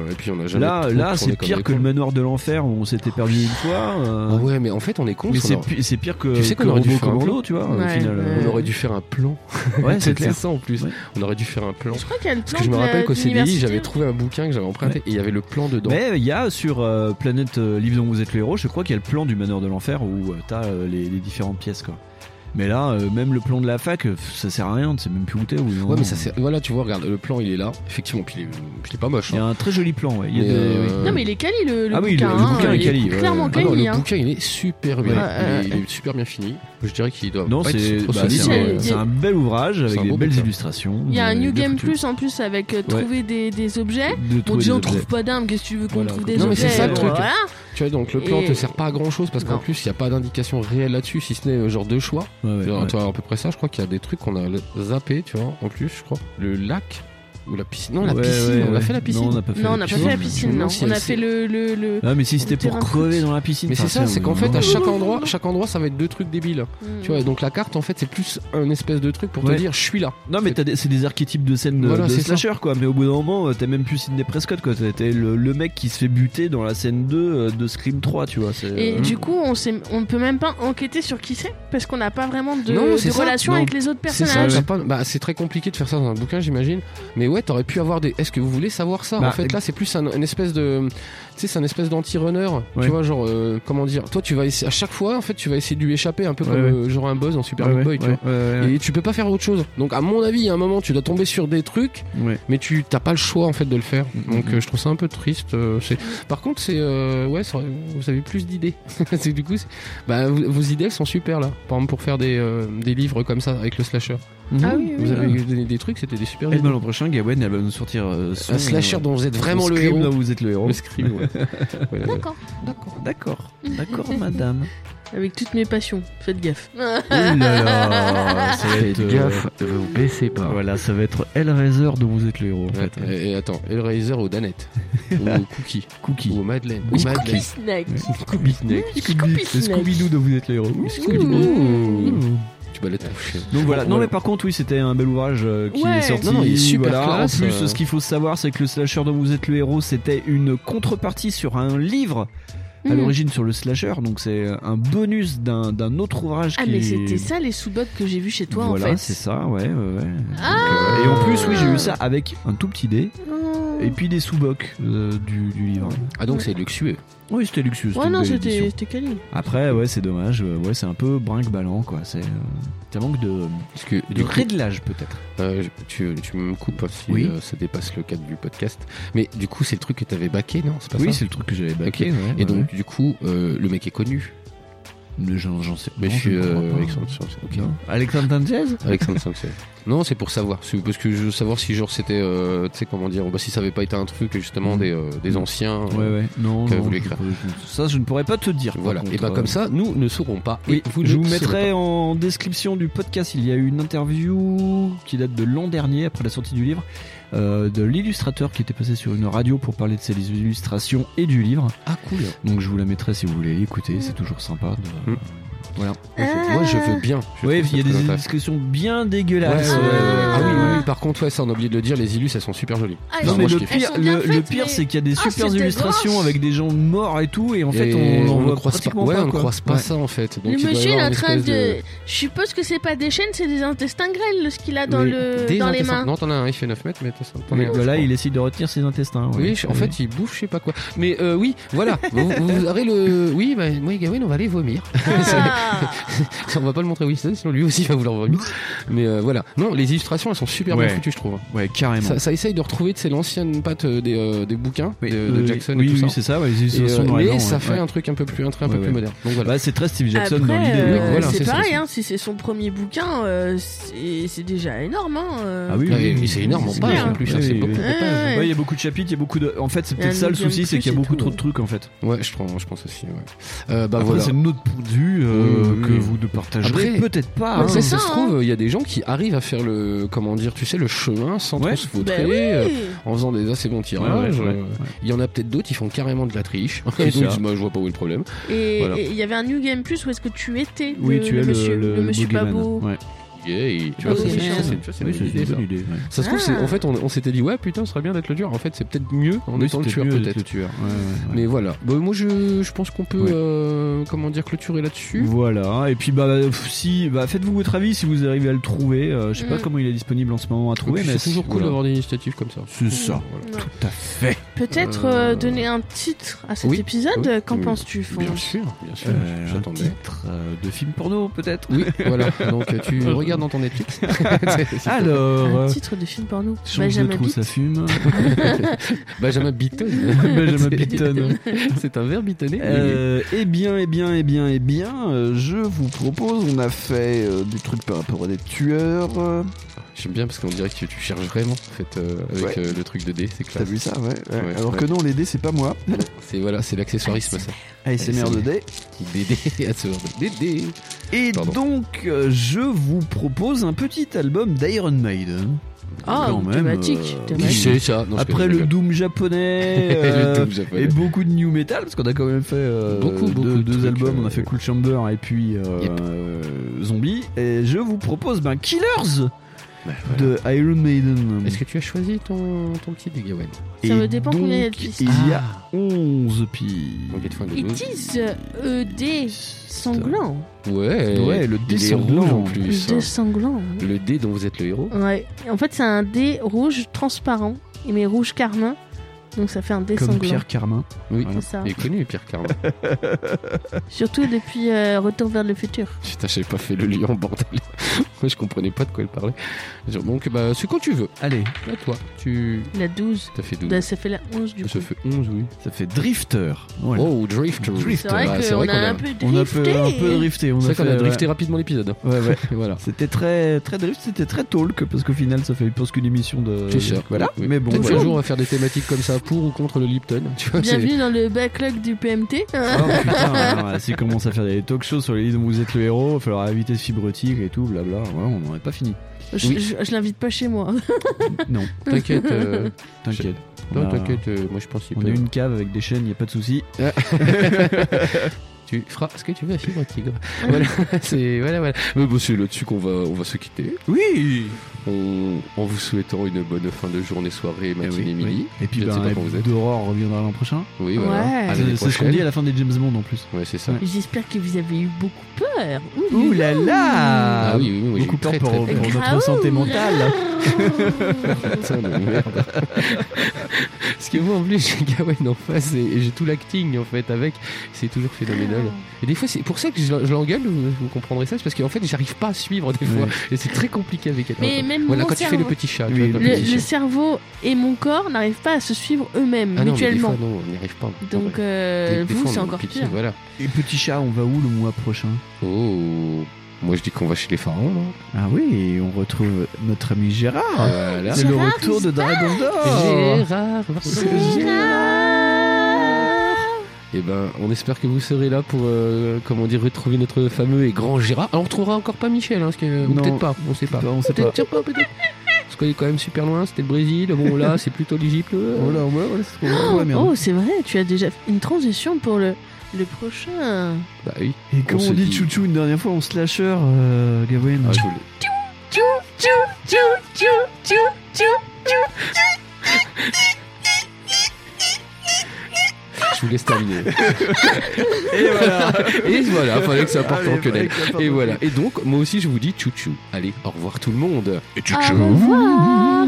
Speaker 2: mm.
Speaker 3: et puis on a jamais.
Speaker 4: Là,
Speaker 3: trop
Speaker 4: là,
Speaker 3: tourné
Speaker 4: c'est
Speaker 3: comme
Speaker 4: pire
Speaker 3: des
Speaker 4: que le
Speaker 3: cons.
Speaker 4: manoir de l'enfer où on s'était perdu une fois. euh,
Speaker 3: Ah ouais, mais en fait, on est cons.
Speaker 4: Mais
Speaker 3: on
Speaker 4: c'est
Speaker 3: aurait-
Speaker 4: pi- c'est pire que,
Speaker 3: Tu sais qu'on
Speaker 4: que
Speaker 3: aurait dû
Speaker 4: Robo
Speaker 3: faire un
Speaker 4: Commando, tu vois, au
Speaker 2: Ouais,
Speaker 4: final. euh.
Speaker 2: ouais.
Speaker 3: on aurait dû faire un plan.
Speaker 4: Ouais, c'est clair.
Speaker 3: ça en plus.
Speaker 4: Ouais.
Speaker 3: On aurait dû faire un plan.
Speaker 2: Je crois qu'il y a le plan
Speaker 3: Parce que je me
Speaker 2: de la-
Speaker 3: rappelle qu'au
Speaker 2: de
Speaker 3: CDI,
Speaker 2: l'université.
Speaker 3: j'avais trouvé un bouquin que j'avais emprunté et il y avait le plan dedans.
Speaker 4: Mais il y a sur euh, Planète euh, Livre dont vous êtes le héros, je crois qu'il y a le plan du manoir de l'enfer où euh, t'as euh, les, les différentes pièces quoi. Mais là, euh, même le plan de la fac, euh, pff, ça sert à rien, tu sais même plus où t'es. au bout d'un
Speaker 3: Ouais,
Speaker 4: moment.
Speaker 3: mais ça c'est. Voilà, tu vois, regarde, le plan il est là. Effectivement, puis il est, puis il est pas moche.
Speaker 4: Il y
Speaker 3: hein.
Speaker 4: a un très joli plan, ouais. Il y a
Speaker 3: Mais,
Speaker 4: des-
Speaker 3: euh,
Speaker 4: oui.
Speaker 2: Non, mais il est quali le, le
Speaker 4: Ah oui, le-
Speaker 2: bouquin.
Speaker 4: le
Speaker 2: hein,
Speaker 4: bouquin est
Speaker 2: il
Speaker 4: quali, ouais.
Speaker 2: Clairement
Speaker 3: Ah non,
Speaker 2: quali.
Speaker 3: le
Speaker 2: hein.
Speaker 3: bouquin il est super bien.
Speaker 2: Ouais, ouais,
Speaker 3: il, est, il est super bien fini. Je dirais qu'il doit.
Speaker 4: Non,
Speaker 3: pas être
Speaker 4: c'est
Speaker 3: trop
Speaker 4: bah,
Speaker 3: solide, hein.
Speaker 4: c'est
Speaker 2: mais,
Speaker 4: un,
Speaker 2: euh,
Speaker 3: ouais.
Speaker 4: c'est un bel ouvrage
Speaker 3: c'est
Speaker 4: avec
Speaker 3: un
Speaker 4: des
Speaker 3: beau
Speaker 4: belles
Speaker 3: bouquin.
Speaker 4: illustrations.
Speaker 2: Il y a un
Speaker 4: de-
Speaker 2: New
Speaker 4: bien
Speaker 2: Game
Speaker 4: foutu.
Speaker 2: Plus en plus avec euh, trouver des, des objets.
Speaker 4: De
Speaker 2: On
Speaker 4: trouver
Speaker 2: dit
Speaker 4: des
Speaker 2: on
Speaker 4: objets.
Speaker 2: trouve pas d'armes, qu'est-ce que tu veux qu'on
Speaker 4: Voilà,
Speaker 2: trouve
Speaker 4: quoi.
Speaker 2: des
Speaker 3: Non, mais
Speaker 2: objets
Speaker 3: c'est ça, le
Speaker 2: euh,
Speaker 3: truc.
Speaker 2: Voilà.
Speaker 3: Tu vois, donc le plan
Speaker 2: Et-
Speaker 3: te sert pas à grand chose parce qu'en
Speaker 2: Non.
Speaker 3: plus, il n'y a pas d'indication réelle là-dessus, si ce n'est euh, genre deux choix.
Speaker 4: Ouais, ouais,
Speaker 3: Tu vois,
Speaker 4: ouais.
Speaker 3: tu vois, à peu près ça, je crois qu'il y a des trucs qu'on a zappé, tu vois, en plus, je crois. Le lac ou la piscine. Non, la
Speaker 4: Ouais,
Speaker 3: piscine,
Speaker 4: ouais,
Speaker 3: on a
Speaker 4: ouais.
Speaker 3: fait la piscine.
Speaker 4: Non, on n'a pas fait
Speaker 2: Non, on
Speaker 4: la
Speaker 2: n'a pas
Speaker 4: piscine.
Speaker 2: fait la piscine, non.
Speaker 3: Si,
Speaker 2: On a
Speaker 3: c'est-
Speaker 2: fait le. le, le...
Speaker 4: Ah, mais si c'était pour
Speaker 2: terrain de
Speaker 4: crever dans la piscine.
Speaker 3: Mais c'est
Speaker 4: enfin,
Speaker 3: ça, c'est qu'en fait, à
Speaker 4: vraiment-
Speaker 3: chaque endroit, chaque endroit, ça va être deux trucs débiles. Tu
Speaker 2: Hmm.
Speaker 3: vois, euh, donc la carte, en fait, c'est plus un espèce de truc pour te
Speaker 4: Ouais.
Speaker 3: dire, je suis là.
Speaker 4: Non mais t'as des- c'est des archétypes de scène de,
Speaker 3: Voilà,
Speaker 4: de
Speaker 3: c'est
Speaker 4: slasher quoi mais au bout d'un moment euh, t'as même plus Sidney Prescott quoi t'es t'es le, le mec qui se fait buter dans la scène 2 euh, de Scream 3 tu vois c'est
Speaker 2: Et
Speaker 4: euh,
Speaker 3: hmm.
Speaker 2: du coup, on sait- on ne peut même pas enquêter sur qui c'est parce qu'on n'a pas vraiment de,
Speaker 3: Non,
Speaker 2: de
Speaker 3: c'est ça.
Speaker 2: relation
Speaker 3: Non.
Speaker 2: avec les autres
Speaker 3: C'est ça,
Speaker 2: personnages.
Speaker 3: t'as pas- bah, c'est très compliqué de faire ça dans un bouquin, j'imagine. Mais ouais, t'aurais pu avoir des. Est-ce que vous voulez savoir ça En
Speaker 4: Bah,
Speaker 3: fait, là, c'est plus un, une espèce de. Tu sais, c'est un espèce d'anti-runner.
Speaker 4: Ouais.
Speaker 3: Tu vois, genre, euh, comment dire Toi, tu vas essayer. À chaque fois, en fait, tu vas essayer de lui échapper, un peu
Speaker 4: Ouais,
Speaker 3: comme
Speaker 4: ouais.
Speaker 3: euh, genre un buzz en Super
Speaker 4: ouais,
Speaker 3: Meat Boy,
Speaker 4: ouais,
Speaker 3: tu
Speaker 4: ouais,
Speaker 3: vois. Et tu peux pas faire autre chose. Donc, à mon avis, à un moment, tu dois tomber sur des trucs,
Speaker 4: ouais, ouais.
Speaker 3: mais tu t'as pas le choix en fait de le faire. Donc,
Speaker 4: Mhm.
Speaker 3: euh, je trouve ça un peu triste. euh, c'est- Par contre, c'est euh, ouais, ça- vous avez plus d'idées. C'est du coup, c'est- bah, vous- vos idées elles sont super là. Par exemple, pour faire des, euh, des livres comme ça avec le slasher.
Speaker 2: Ah oui, oui,
Speaker 3: Vous avez
Speaker 2: oui.
Speaker 3: donné des trucs, c'était des super
Speaker 4: Mhm. Et
Speaker 3: idées.
Speaker 4: ben, l'an prochain Gawen elle va nous sortir euh, son,
Speaker 3: Un slasher
Speaker 4: euh,
Speaker 3: dont vous êtes vraiment le
Speaker 4: Scream
Speaker 3: héros.
Speaker 4: dont vous êtes le héros
Speaker 3: Le Scream, ouais. Ouais, ouais.
Speaker 2: D'accord, d'accord.
Speaker 4: d'accord d'accord madame
Speaker 2: Avec toutes mes passions, faites gaffe.
Speaker 4: oh là là ça va être euh,
Speaker 6: ne vous baissez
Speaker 3: euh,
Speaker 6: pas.
Speaker 4: voilà ça va être Hellraiser dont vous êtes le héros en fait hein.
Speaker 3: Et, et attends, Hellraiser aux danettes, ou aux cookies,
Speaker 4: Cookie
Speaker 3: ou aux madeleines.
Speaker 2: Oui,
Speaker 3: Aux madeleines.
Speaker 2: Cookie Snack.
Speaker 4: Scooby
Speaker 2: Scooby
Speaker 4: C'est Scooby-Doo dont vous êtes le héros
Speaker 3: Scooby-Doo. Tu balades ton chien.
Speaker 4: Donc voilà. Non
Speaker 3: Voilà.
Speaker 4: mais par contre oui c'était un bel ouvrage euh, qui
Speaker 2: Ouais.
Speaker 4: est sorti.
Speaker 3: Non, non, il est super
Speaker 4: Voilà.
Speaker 3: classe,
Speaker 4: En plus
Speaker 3: euh.
Speaker 4: ce qu'il faut savoir c'est que le slasher dont vous êtes le héros c'était une contrepartie sur un livre à
Speaker 2: Mm.
Speaker 4: l'origine sur le slasher donc c'est un bonus d'un d'un autre ouvrage
Speaker 2: Ah,
Speaker 4: qui.
Speaker 2: mais c'était ça les sous-bottes que j'ai vu chez toi
Speaker 4: voilà,
Speaker 2: en
Speaker 4: c'est
Speaker 2: fait.
Speaker 4: ça, ouais, ouais, ouais.
Speaker 2: Ah
Speaker 4: Et en plus, oui, j'ai eu ça avec un tout petit dé
Speaker 2: Oh.
Speaker 4: et puis des sous-bocs euh, du, du livre.
Speaker 3: Ah donc c'est luxueux.
Speaker 4: Oui, c'était luxueux. c'était
Speaker 2: Mm. Ouais,
Speaker 4: une
Speaker 2: non,
Speaker 4: belle
Speaker 2: c'était
Speaker 4: édition.
Speaker 2: c'était quali.
Speaker 4: Après, ouais, c'est dommage. euh, Ouais, c'est un peu brinque-ballant, quoi. C'est. euh, Ça manque de,
Speaker 3: Parce que
Speaker 4: de
Speaker 3: du coup,
Speaker 4: réglage, peut-être.
Speaker 3: euh, je- tu, tu me coupes si
Speaker 4: Oui.
Speaker 3: euh, ça dépasse le cadre du podcast. Mais du coup c'est le truc que t'avais baqué, non C'est pas
Speaker 4: Oui,
Speaker 3: ça
Speaker 4: c'est le truc que j'avais
Speaker 3: backé,
Speaker 4: baqué.
Speaker 3: Et donc du coup euh, le mec est connu.
Speaker 4: Mais j'en, j'en sais
Speaker 3: Mais
Speaker 4: non,
Speaker 3: je suis
Speaker 4: ne
Speaker 3: euh,
Speaker 4: crois pas. hein.
Speaker 3: Alexandre Sanchez. Ok.
Speaker 4: Non. Alexandre Sanchez
Speaker 3: Alexandre Sanchez. Non, c'est pour savoir. C'est Parce que je veux savoir si, genre, c'était. euh, tu sais, comment dire bah, Si ça avait pas été un truc, justement,
Speaker 4: Mm.
Speaker 3: des, euh, des anciens. euh,
Speaker 4: Ouais, ouais. Non,
Speaker 3: T'avais
Speaker 4: non,
Speaker 3: voulu
Speaker 4: je-
Speaker 3: écrire.
Speaker 4: je- ça, je ne pourrais pas te dire. par
Speaker 3: Voilà.
Speaker 4: contre,
Speaker 3: Et bah,
Speaker 4: euh,
Speaker 3: comme ça, nous ne saurons pas.
Speaker 4: Oui,
Speaker 3: Et vous
Speaker 4: je
Speaker 3: ne
Speaker 4: vous
Speaker 3: saurez
Speaker 4: mettrai
Speaker 3: pas.
Speaker 4: en description du podcast. Il y a eu une interview qui date de l'an dernier, après la sortie du livre, euh, de l'illustrateur qui était passé sur une radio pour parler de ses illustrations et du livre.
Speaker 3: Ah, cool.
Speaker 4: Donc je vous la mettrai si vous voulez l'écouter. C'est toujours sympa. de-
Speaker 3: Mm. Moi, je- Moi, je veux bien. Je
Speaker 4: euh, Ouais,
Speaker 3: trouve
Speaker 4: il y
Speaker 3: ça
Speaker 4: a des
Speaker 3: très intéressant.
Speaker 4: illustrations bien
Speaker 3: Ouais,
Speaker 4: dégueulasses.
Speaker 3: ouais, ouais, ouais.
Speaker 4: Euh,
Speaker 3: Ah oui, oui, oui, par contre, ouais, ça, on a oublié de le dire, les illus, elles sont super jolies.
Speaker 2: Ah,
Speaker 4: Non,
Speaker 3: Non,
Speaker 4: mais
Speaker 3: moi, je
Speaker 4: le
Speaker 3: kiffe.
Speaker 4: pire,
Speaker 2: Elles sont bien
Speaker 4: le, le
Speaker 2: faites,
Speaker 4: pire,
Speaker 2: mais-
Speaker 4: c'est qu'il y a des
Speaker 2: Ah,
Speaker 4: super
Speaker 2: c'est
Speaker 4: illustrations
Speaker 2: dégueulasse.
Speaker 4: avec des gens morts et tout, et en fait, on, en
Speaker 3: ne
Speaker 4: voit
Speaker 3: croise pas.
Speaker 4: pratiquement
Speaker 3: Ouais,
Speaker 4: pas.
Speaker 3: on ne
Speaker 4: quoi.
Speaker 3: croise pas
Speaker 4: Ouais.
Speaker 3: ça, en fait. Donc,
Speaker 2: Le
Speaker 3: il doit y
Speaker 2: monsieur est
Speaker 3: avoir
Speaker 2: en
Speaker 3: une
Speaker 2: train de...
Speaker 3: espèce
Speaker 2: Je suppose que c'est pas des chaînes, c'est des intestins grêles, ce qu'il a dans,
Speaker 3: Mais
Speaker 2: le...
Speaker 3: des
Speaker 2: dans les
Speaker 3: intestins.
Speaker 2: mains.
Speaker 3: Non, t'en as un, il fait 9 mètres, mais t'en t'en as
Speaker 4: Oui,
Speaker 3: un.
Speaker 4: bah là, il essaye de retenir ses intestins. ouais.
Speaker 3: Oui, je- en fait, il bouffe, je sais pas quoi. Mais euh, oui, voilà. vous, vous aurez le. Oui, bah, moi et Gawain, on va aller vomir.
Speaker 2: Ah.
Speaker 3: Ça, on va pas le montrer à Winston, sinon lui aussi va vouloir vomir. Mais euh, voilà. Non, les illustrations, elles sont super
Speaker 4: Ouais.
Speaker 3: bien foutues, je trouve.
Speaker 4: Ouais, carrément.
Speaker 3: Ça, ça essaye de retrouver, tu sais, l'ancienne patte euh, des, euh, des bouquins
Speaker 4: Oui,
Speaker 3: de, de
Speaker 4: euh,
Speaker 3: Jackson
Speaker 4: oui,
Speaker 3: et tout
Speaker 4: oui,
Speaker 3: ça.
Speaker 4: c'est ça, ouais, les
Speaker 3: Et, euh,
Speaker 4: illustrations dans les
Speaker 3: mais
Speaker 4: dents,
Speaker 3: ça
Speaker 4: ouais.
Speaker 3: fait un truc un peu plus, un truc un peu
Speaker 4: Ouais,
Speaker 3: plus
Speaker 4: ouais.
Speaker 3: moderne. Donc voilà.
Speaker 4: Bah, c'est très Steve Jackson
Speaker 2: Après,
Speaker 4: dans l'idée.
Speaker 2: euh,
Speaker 3: Oui, voilà,
Speaker 2: c'est
Speaker 3: c'est ça,
Speaker 2: pareil,
Speaker 3: c'est ça.
Speaker 2: hein, si c'est son premier bouquin, euh, c'est c'est déjà énorme. Hein, euh.
Speaker 4: Ah oui,
Speaker 3: Ouais,
Speaker 4: oui,
Speaker 3: et
Speaker 4: oui,
Speaker 3: c'est énorme en
Speaker 4: c'est
Speaker 3: page
Speaker 2: clair.
Speaker 3: en plus, ça,
Speaker 4: Oui,
Speaker 3: c'est
Speaker 4: oui,
Speaker 3: beaucoup
Speaker 4: oui.
Speaker 3: de pages.
Speaker 4: Ouais, il y a beaucoup de chapitres, il y a beaucoup de. En fait, c'est
Speaker 2: Il y a
Speaker 4: peut-être
Speaker 2: un
Speaker 4: ça le
Speaker 2: million de
Speaker 4: souci, c'est qu'il
Speaker 2: trucs
Speaker 4: y a
Speaker 2: et
Speaker 4: beaucoup
Speaker 2: tout,
Speaker 4: trop de trucs en fait.
Speaker 3: Ouais, je, trouve- je pense aussi. Ouais. Euh, bah
Speaker 4: Après,
Speaker 3: voilà.
Speaker 4: c'est notre point de vue. euh, euh,
Speaker 3: oui,
Speaker 4: que
Speaker 3: oui.
Speaker 4: vous ne partagerez
Speaker 3: Après-
Speaker 4: peut-être pas.
Speaker 3: Ah,
Speaker 4: hein.
Speaker 3: ça,
Speaker 2: c'est
Speaker 3: ça
Speaker 2: ça,
Speaker 3: se
Speaker 2: hein.
Speaker 3: trouve, il y a des gens qui arrivent à faire le, comment dire, tu sais, le chemin sans
Speaker 4: Ouais.
Speaker 3: trop se
Speaker 2: Bah
Speaker 3: vautrer, euh,
Speaker 2: oui.
Speaker 3: en faisant des assez bons tirages.
Speaker 4: Ouais, ouais, ouais,
Speaker 3: euh, Il y en a peut-être d'autres qui font carrément de la triche.
Speaker 4: C'est
Speaker 3: Et donc,
Speaker 4: ça.
Speaker 3: moi, je vois pas où est le problème.
Speaker 2: Et et il
Speaker 3: Voilà.
Speaker 2: y avait un New Game Plus où est-ce que tu étais
Speaker 4: Oui,
Speaker 2: le,
Speaker 4: tu
Speaker 2: le
Speaker 4: es le,
Speaker 2: monsieur,
Speaker 4: le,
Speaker 2: le monsieur
Speaker 4: boogeyman.
Speaker 2: Babo.
Speaker 4: Ouais.
Speaker 3: Yay. Tu
Speaker 2: Ah
Speaker 3: vois, ça,
Speaker 2: oui,
Speaker 3: c'est-
Speaker 2: mais-
Speaker 3: ça, c'est- tu vois, c'est une
Speaker 4: Oui,
Speaker 3: bonne idée, ça.
Speaker 4: bonne idée, ouais.
Speaker 3: Ça se trouve, c'est-
Speaker 2: Ah.
Speaker 3: en fait, on, on s'était dit, ouais, putain, ce serait bien d'être le tueur. En fait, c'est peut-être mieux en
Speaker 4: Oui,
Speaker 3: étant le
Speaker 4: c'était
Speaker 3: tueur,
Speaker 4: mieux d'être
Speaker 3: peut-être.
Speaker 4: le tueur. Ouais, ouais, ouais.
Speaker 3: Mais voilà. Bah, moi, je, je pense qu'on peut,
Speaker 4: Ouais.
Speaker 3: euh, comment dire, clôturer là-dessus.
Speaker 4: Voilà, et puis bah pff, si bah faites-vous votre avis si vous arrivez à le trouver. Euh, je sais pas
Speaker 2: Mm.
Speaker 4: comment il est disponible en ce moment à trouver,
Speaker 3: Et puis,
Speaker 4: mais
Speaker 3: c'est toujours cool
Speaker 4: voilà.
Speaker 3: d'avoir des initiatives comme ça.
Speaker 4: C'est ça.
Speaker 2: Ouais.
Speaker 4: Tout à fait.
Speaker 2: Peut-être
Speaker 3: Euh,
Speaker 2: euh, donner un titre à cet
Speaker 3: oui,
Speaker 2: épisode.
Speaker 3: oui,
Speaker 2: Qu'en
Speaker 3: oui.
Speaker 2: penses-tu, Fon
Speaker 3: Bien sûr, bien sûr.
Speaker 4: Euh, un
Speaker 3: J'attendais.
Speaker 4: titre euh, de film porno peut-être.
Speaker 3: Oui, voilà. Donc, euh, tu regardes dans ton Netflix.
Speaker 2: Un
Speaker 4: Alors, euh,
Speaker 2: titre de film porno.
Speaker 4: change de
Speaker 2: Benjamin
Speaker 4: trou,
Speaker 2: Beat.
Speaker 4: ça fume.
Speaker 3: Benjamin Beaton.
Speaker 4: Benjamin
Speaker 3: C'est-
Speaker 4: Beaton.
Speaker 3: C'est un verbe bitonné.
Speaker 4: Euh, eh bien, eh bien, eh bien, eh bien, euh, je vous propose, on a fait euh, du truc par rapport à des tueurs. euh,
Speaker 3: J'aime bien parce qu'on dirait que tu, tu cherches vraiment en fait euh, avec
Speaker 4: Ouais.
Speaker 3: euh, le truc de D, c'est
Speaker 4: T'as
Speaker 3: classe.
Speaker 4: vu ça, ouais. ouais.
Speaker 3: Ouais,
Speaker 4: Alors
Speaker 3: ouais.
Speaker 4: que non, les dés, c'est pas moi.
Speaker 3: C'est voilà, c'est l'accessoirisme ça.
Speaker 4: ASMR de dés.
Speaker 3: DD à ce genre de DD.
Speaker 4: Et
Speaker 3: Pardon.
Speaker 4: donc, euh, je vous propose un petit album d'Iron Maiden.
Speaker 2: Ah,
Speaker 4: Quand même,
Speaker 2: thématique,
Speaker 4: euh,
Speaker 2: thématique.
Speaker 4: oui.
Speaker 3: C'est ça. Non, je
Speaker 4: Après
Speaker 3: connais
Speaker 4: le
Speaker 3: pas.
Speaker 4: doom japonais. euh,
Speaker 3: Le double japonais.
Speaker 4: Et beaucoup de new metal parce qu'on a quand même fait euh,
Speaker 3: Beaucoup,
Speaker 4: deux,
Speaker 3: beaucoup de
Speaker 4: deux
Speaker 3: trucs,
Speaker 4: albums, on
Speaker 3: euh,
Speaker 4: a fait Cool Chamber et puis euh,
Speaker 3: Yep.
Speaker 4: euh, Zombie. Et je vous propose ben, Killers
Speaker 3: Bah, voilà.
Speaker 4: de Iron Maiden.
Speaker 3: Est-ce que tu as choisi ton, ton petit dégât ouais.
Speaker 2: Ça me
Speaker 4: Et
Speaker 2: dépend combien il y a de
Speaker 4: donc,
Speaker 2: pistes.
Speaker 4: Il y a
Speaker 3: Ah.
Speaker 4: 11 pistes.
Speaker 3: Au lieu de faire
Speaker 2: It
Speaker 3: le
Speaker 2: is euh, des sanglants.
Speaker 3: Ouais.
Speaker 4: Ouais, le
Speaker 3: Il est
Speaker 4: descendant.
Speaker 3: rouge en plus.
Speaker 2: Des sanglants.
Speaker 3: Le dé dont vous êtes le
Speaker 4: Ah.
Speaker 3: héros.
Speaker 2: Ouais. En fait, c'est un dé rouge transparent, mais rouge carmin. Donc ça fait un dé
Speaker 4: Comme
Speaker 2: sanglant.
Speaker 4: Pierre Carmin.
Speaker 3: Oui.
Speaker 2: C'est ça.
Speaker 3: Il est connu Pierre Carme.
Speaker 2: Surtout depuis euh, Retour vers le futur.
Speaker 3: Putain, j'avais pas fait le lien bordel. Moi, je comprenais pas de quoi elle parlait. Genre, Donc bah c'est quand tu veux.
Speaker 4: Allez,
Speaker 3: Là toi, tu
Speaker 2: La 12.
Speaker 3: t'as fait 12.
Speaker 2: Bah, ça fait la 11 du coup.
Speaker 3: Ça fait 11 oui.
Speaker 4: ça fait Drifter. Voilà.
Speaker 3: Oh, Drifter.
Speaker 4: Drift.
Speaker 2: C'est vrai
Speaker 3: Ouais, hein. c'est
Speaker 2: qu'on
Speaker 3: vrai
Speaker 2: a
Speaker 3: qu'on a-
Speaker 2: un peu drifté.
Speaker 4: On a peu- un peu drifté. On
Speaker 3: C'est
Speaker 4: a
Speaker 3: vrai qu'on
Speaker 4: fait-
Speaker 3: a drifté rapidement l'épisode.
Speaker 4: Ouais, ouais. ouais.
Speaker 3: Voilà.
Speaker 4: C'était très, très drift, c'était très talk parce qu'au final ça fait plus qu'une émission de.
Speaker 3: C'est sûr.
Speaker 4: Euh, Voilà.
Speaker 3: Oui.
Speaker 4: Mais bon,
Speaker 3: Peut-être
Speaker 4: voilà.
Speaker 3: qu'un jour on va faire des thématiques comme ça pour ou contre le Lipton. Tu vois, c'est-
Speaker 2: Bienvenue dans le backlog du PMT.
Speaker 4: Oh putain, alors, s'il commence à faire des talk shows sur les livres dont vous êtes le héros, il va falloir éviter le fibrotique et tout, blabla. Voilà, on n'en est pas fini.
Speaker 2: Je,
Speaker 3: Oui.
Speaker 2: je- je l'invite pas chez moi.
Speaker 4: Non,
Speaker 3: T'inquiète. euh,
Speaker 4: t'inquiète.
Speaker 3: Non,
Speaker 4: On a-
Speaker 3: t'inquiète. euh, moi, je pense qu'il
Speaker 4: On
Speaker 3: peut.
Speaker 4: a une cave avec des chaînes, y a pas de souci.
Speaker 3: Tu feras ce que tu veux à Fibre Tigre. voilà, c'est voilà, voilà. Mais bon, c'est là-dessus qu'on va, on va se quitter.
Speaker 4: Oui
Speaker 3: On- en vous souhaitant une bonne fin de journée, soirée,
Speaker 4: Et
Speaker 3: matinée,
Speaker 4: Eh oui,
Speaker 3: midi.
Speaker 4: oui. Et puis,
Speaker 3: Je ne sais
Speaker 4: ben,
Speaker 3: pas quand vous êtes.
Speaker 4: Doror reviendra l'an prochain.
Speaker 3: Oui, voilà.
Speaker 2: Ouais.
Speaker 3: À l'année
Speaker 4: C'est c'est ce qu'on
Speaker 3: prochaine.
Speaker 4: dit à la fin des James Bond en plus.
Speaker 3: Ouais, c'est ça.
Speaker 4: Ouais.
Speaker 2: J'espère que vous avez eu beaucoup peur.
Speaker 4: Ouh là là
Speaker 3: Ah oui, oui, oui.
Speaker 4: Beaucoup
Speaker 3: j'ai eu
Speaker 4: peur
Speaker 3: très,
Speaker 4: pour,
Speaker 3: très
Speaker 4: pour
Speaker 3: peur.
Speaker 4: notre santé mentale.
Speaker 3: Putain de merde. Parce que moi en plus j'ai Gawain en face et, et j'ai tout l'acting en fait avec, c'est toujours phénoménal.
Speaker 2: Ah.
Speaker 3: Et des fois c'est pour ça que je, je l'engueule, vous, vous comprendrez ça, c'est parce qu'en fait j'arrive pas à suivre des fois
Speaker 4: Ouais.
Speaker 3: et c'est très compliqué avec elle.
Speaker 2: Mais même
Speaker 3: voilà
Speaker 2: mon
Speaker 3: quand tu fais
Speaker 2: cerveau-
Speaker 3: le petit chat,
Speaker 4: Oui,
Speaker 3: tu vois,
Speaker 4: le
Speaker 3: le
Speaker 2: Le,
Speaker 3: petit
Speaker 2: le
Speaker 3: chat.
Speaker 2: cerveau et mon corps n'arrivent pas à se suivre eux-mêmes
Speaker 3: Ah non, mais des
Speaker 2: mutuellement.
Speaker 3: fois, non, on n'y arrive pas.
Speaker 2: Donc euh,
Speaker 3: Des- des
Speaker 2: vous
Speaker 3: fois, on
Speaker 2: c'est
Speaker 3: a
Speaker 2: encore
Speaker 3: pitié,
Speaker 2: pire.
Speaker 3: Voilà.
Speaker 4: Et petit chat, on va où le mois prochain
Speaker 3: Oh, moi je dis qu'on va chez les pharaons. non
Speaker 4: Ah oui, on retrouve notre ami Gérard.
Speaker 3: Voilà.
Speaker 4: C'est le
Speaker 2: Gérard,
Speaker 4: retour
Speaker 2: il
Speaker 4: de Dragon
Speaker 2: Oh.
Speaker 4: d'Or.
Speaker 3: Ah. Gérard. Et ben, on espère que vous serez là pour, euh, comment dire, retrouver notre fameux et grand Gérard. Ah, on retrouvera encore pas Michel, hein, parce que, ou
Speaker 4: Non.
Speaker 3: peut-être pas, on sait pas.
Speaker 4: On sait pas.
Speaker 3: Peut-être tiens, pas, peut-être. Parce qu'on est quand même super loin, c'était le Brésil. Bon, là, c'est plutôt l'Égypte. euh,
Speaker 4: Oh là, ouais, ouais, c'est trop-
Speaker 2: Oh,
Speaker 4: oh
Speaker 3: Ah,
Speaker 4: la merde.
Speaker 2: oh, c'est vrai, tu as déjà fait une transition pour le, le prochain.
Speaker 3: Bah oui.
Speaker 4: Et comme
Speaker 3: on
Speaker 4: on,
Speaker 3: se
Speaker 4: dit
Speaker 3: dit-
Speaker 4: chouchou une dernière fois, on slasher, euh, Gawain.
Speaker 3: Ah, je voulais- Je vous laisse terminer.
Speaker 4: Et voilà.
Speaker 3: Et voilà, fallait que ça parte
Speaker 4: Allez,
Speaker 3: en quenelle.
Speaker 4: Ah fallait que ça parte
Speaker 3: Et
Speaker 4: en
Speaker 3: voilà. Et donc, moi aussi, je vous dis tchou tchou. Allez, au revoir tout le monde.
Speaker 2: Au revoir.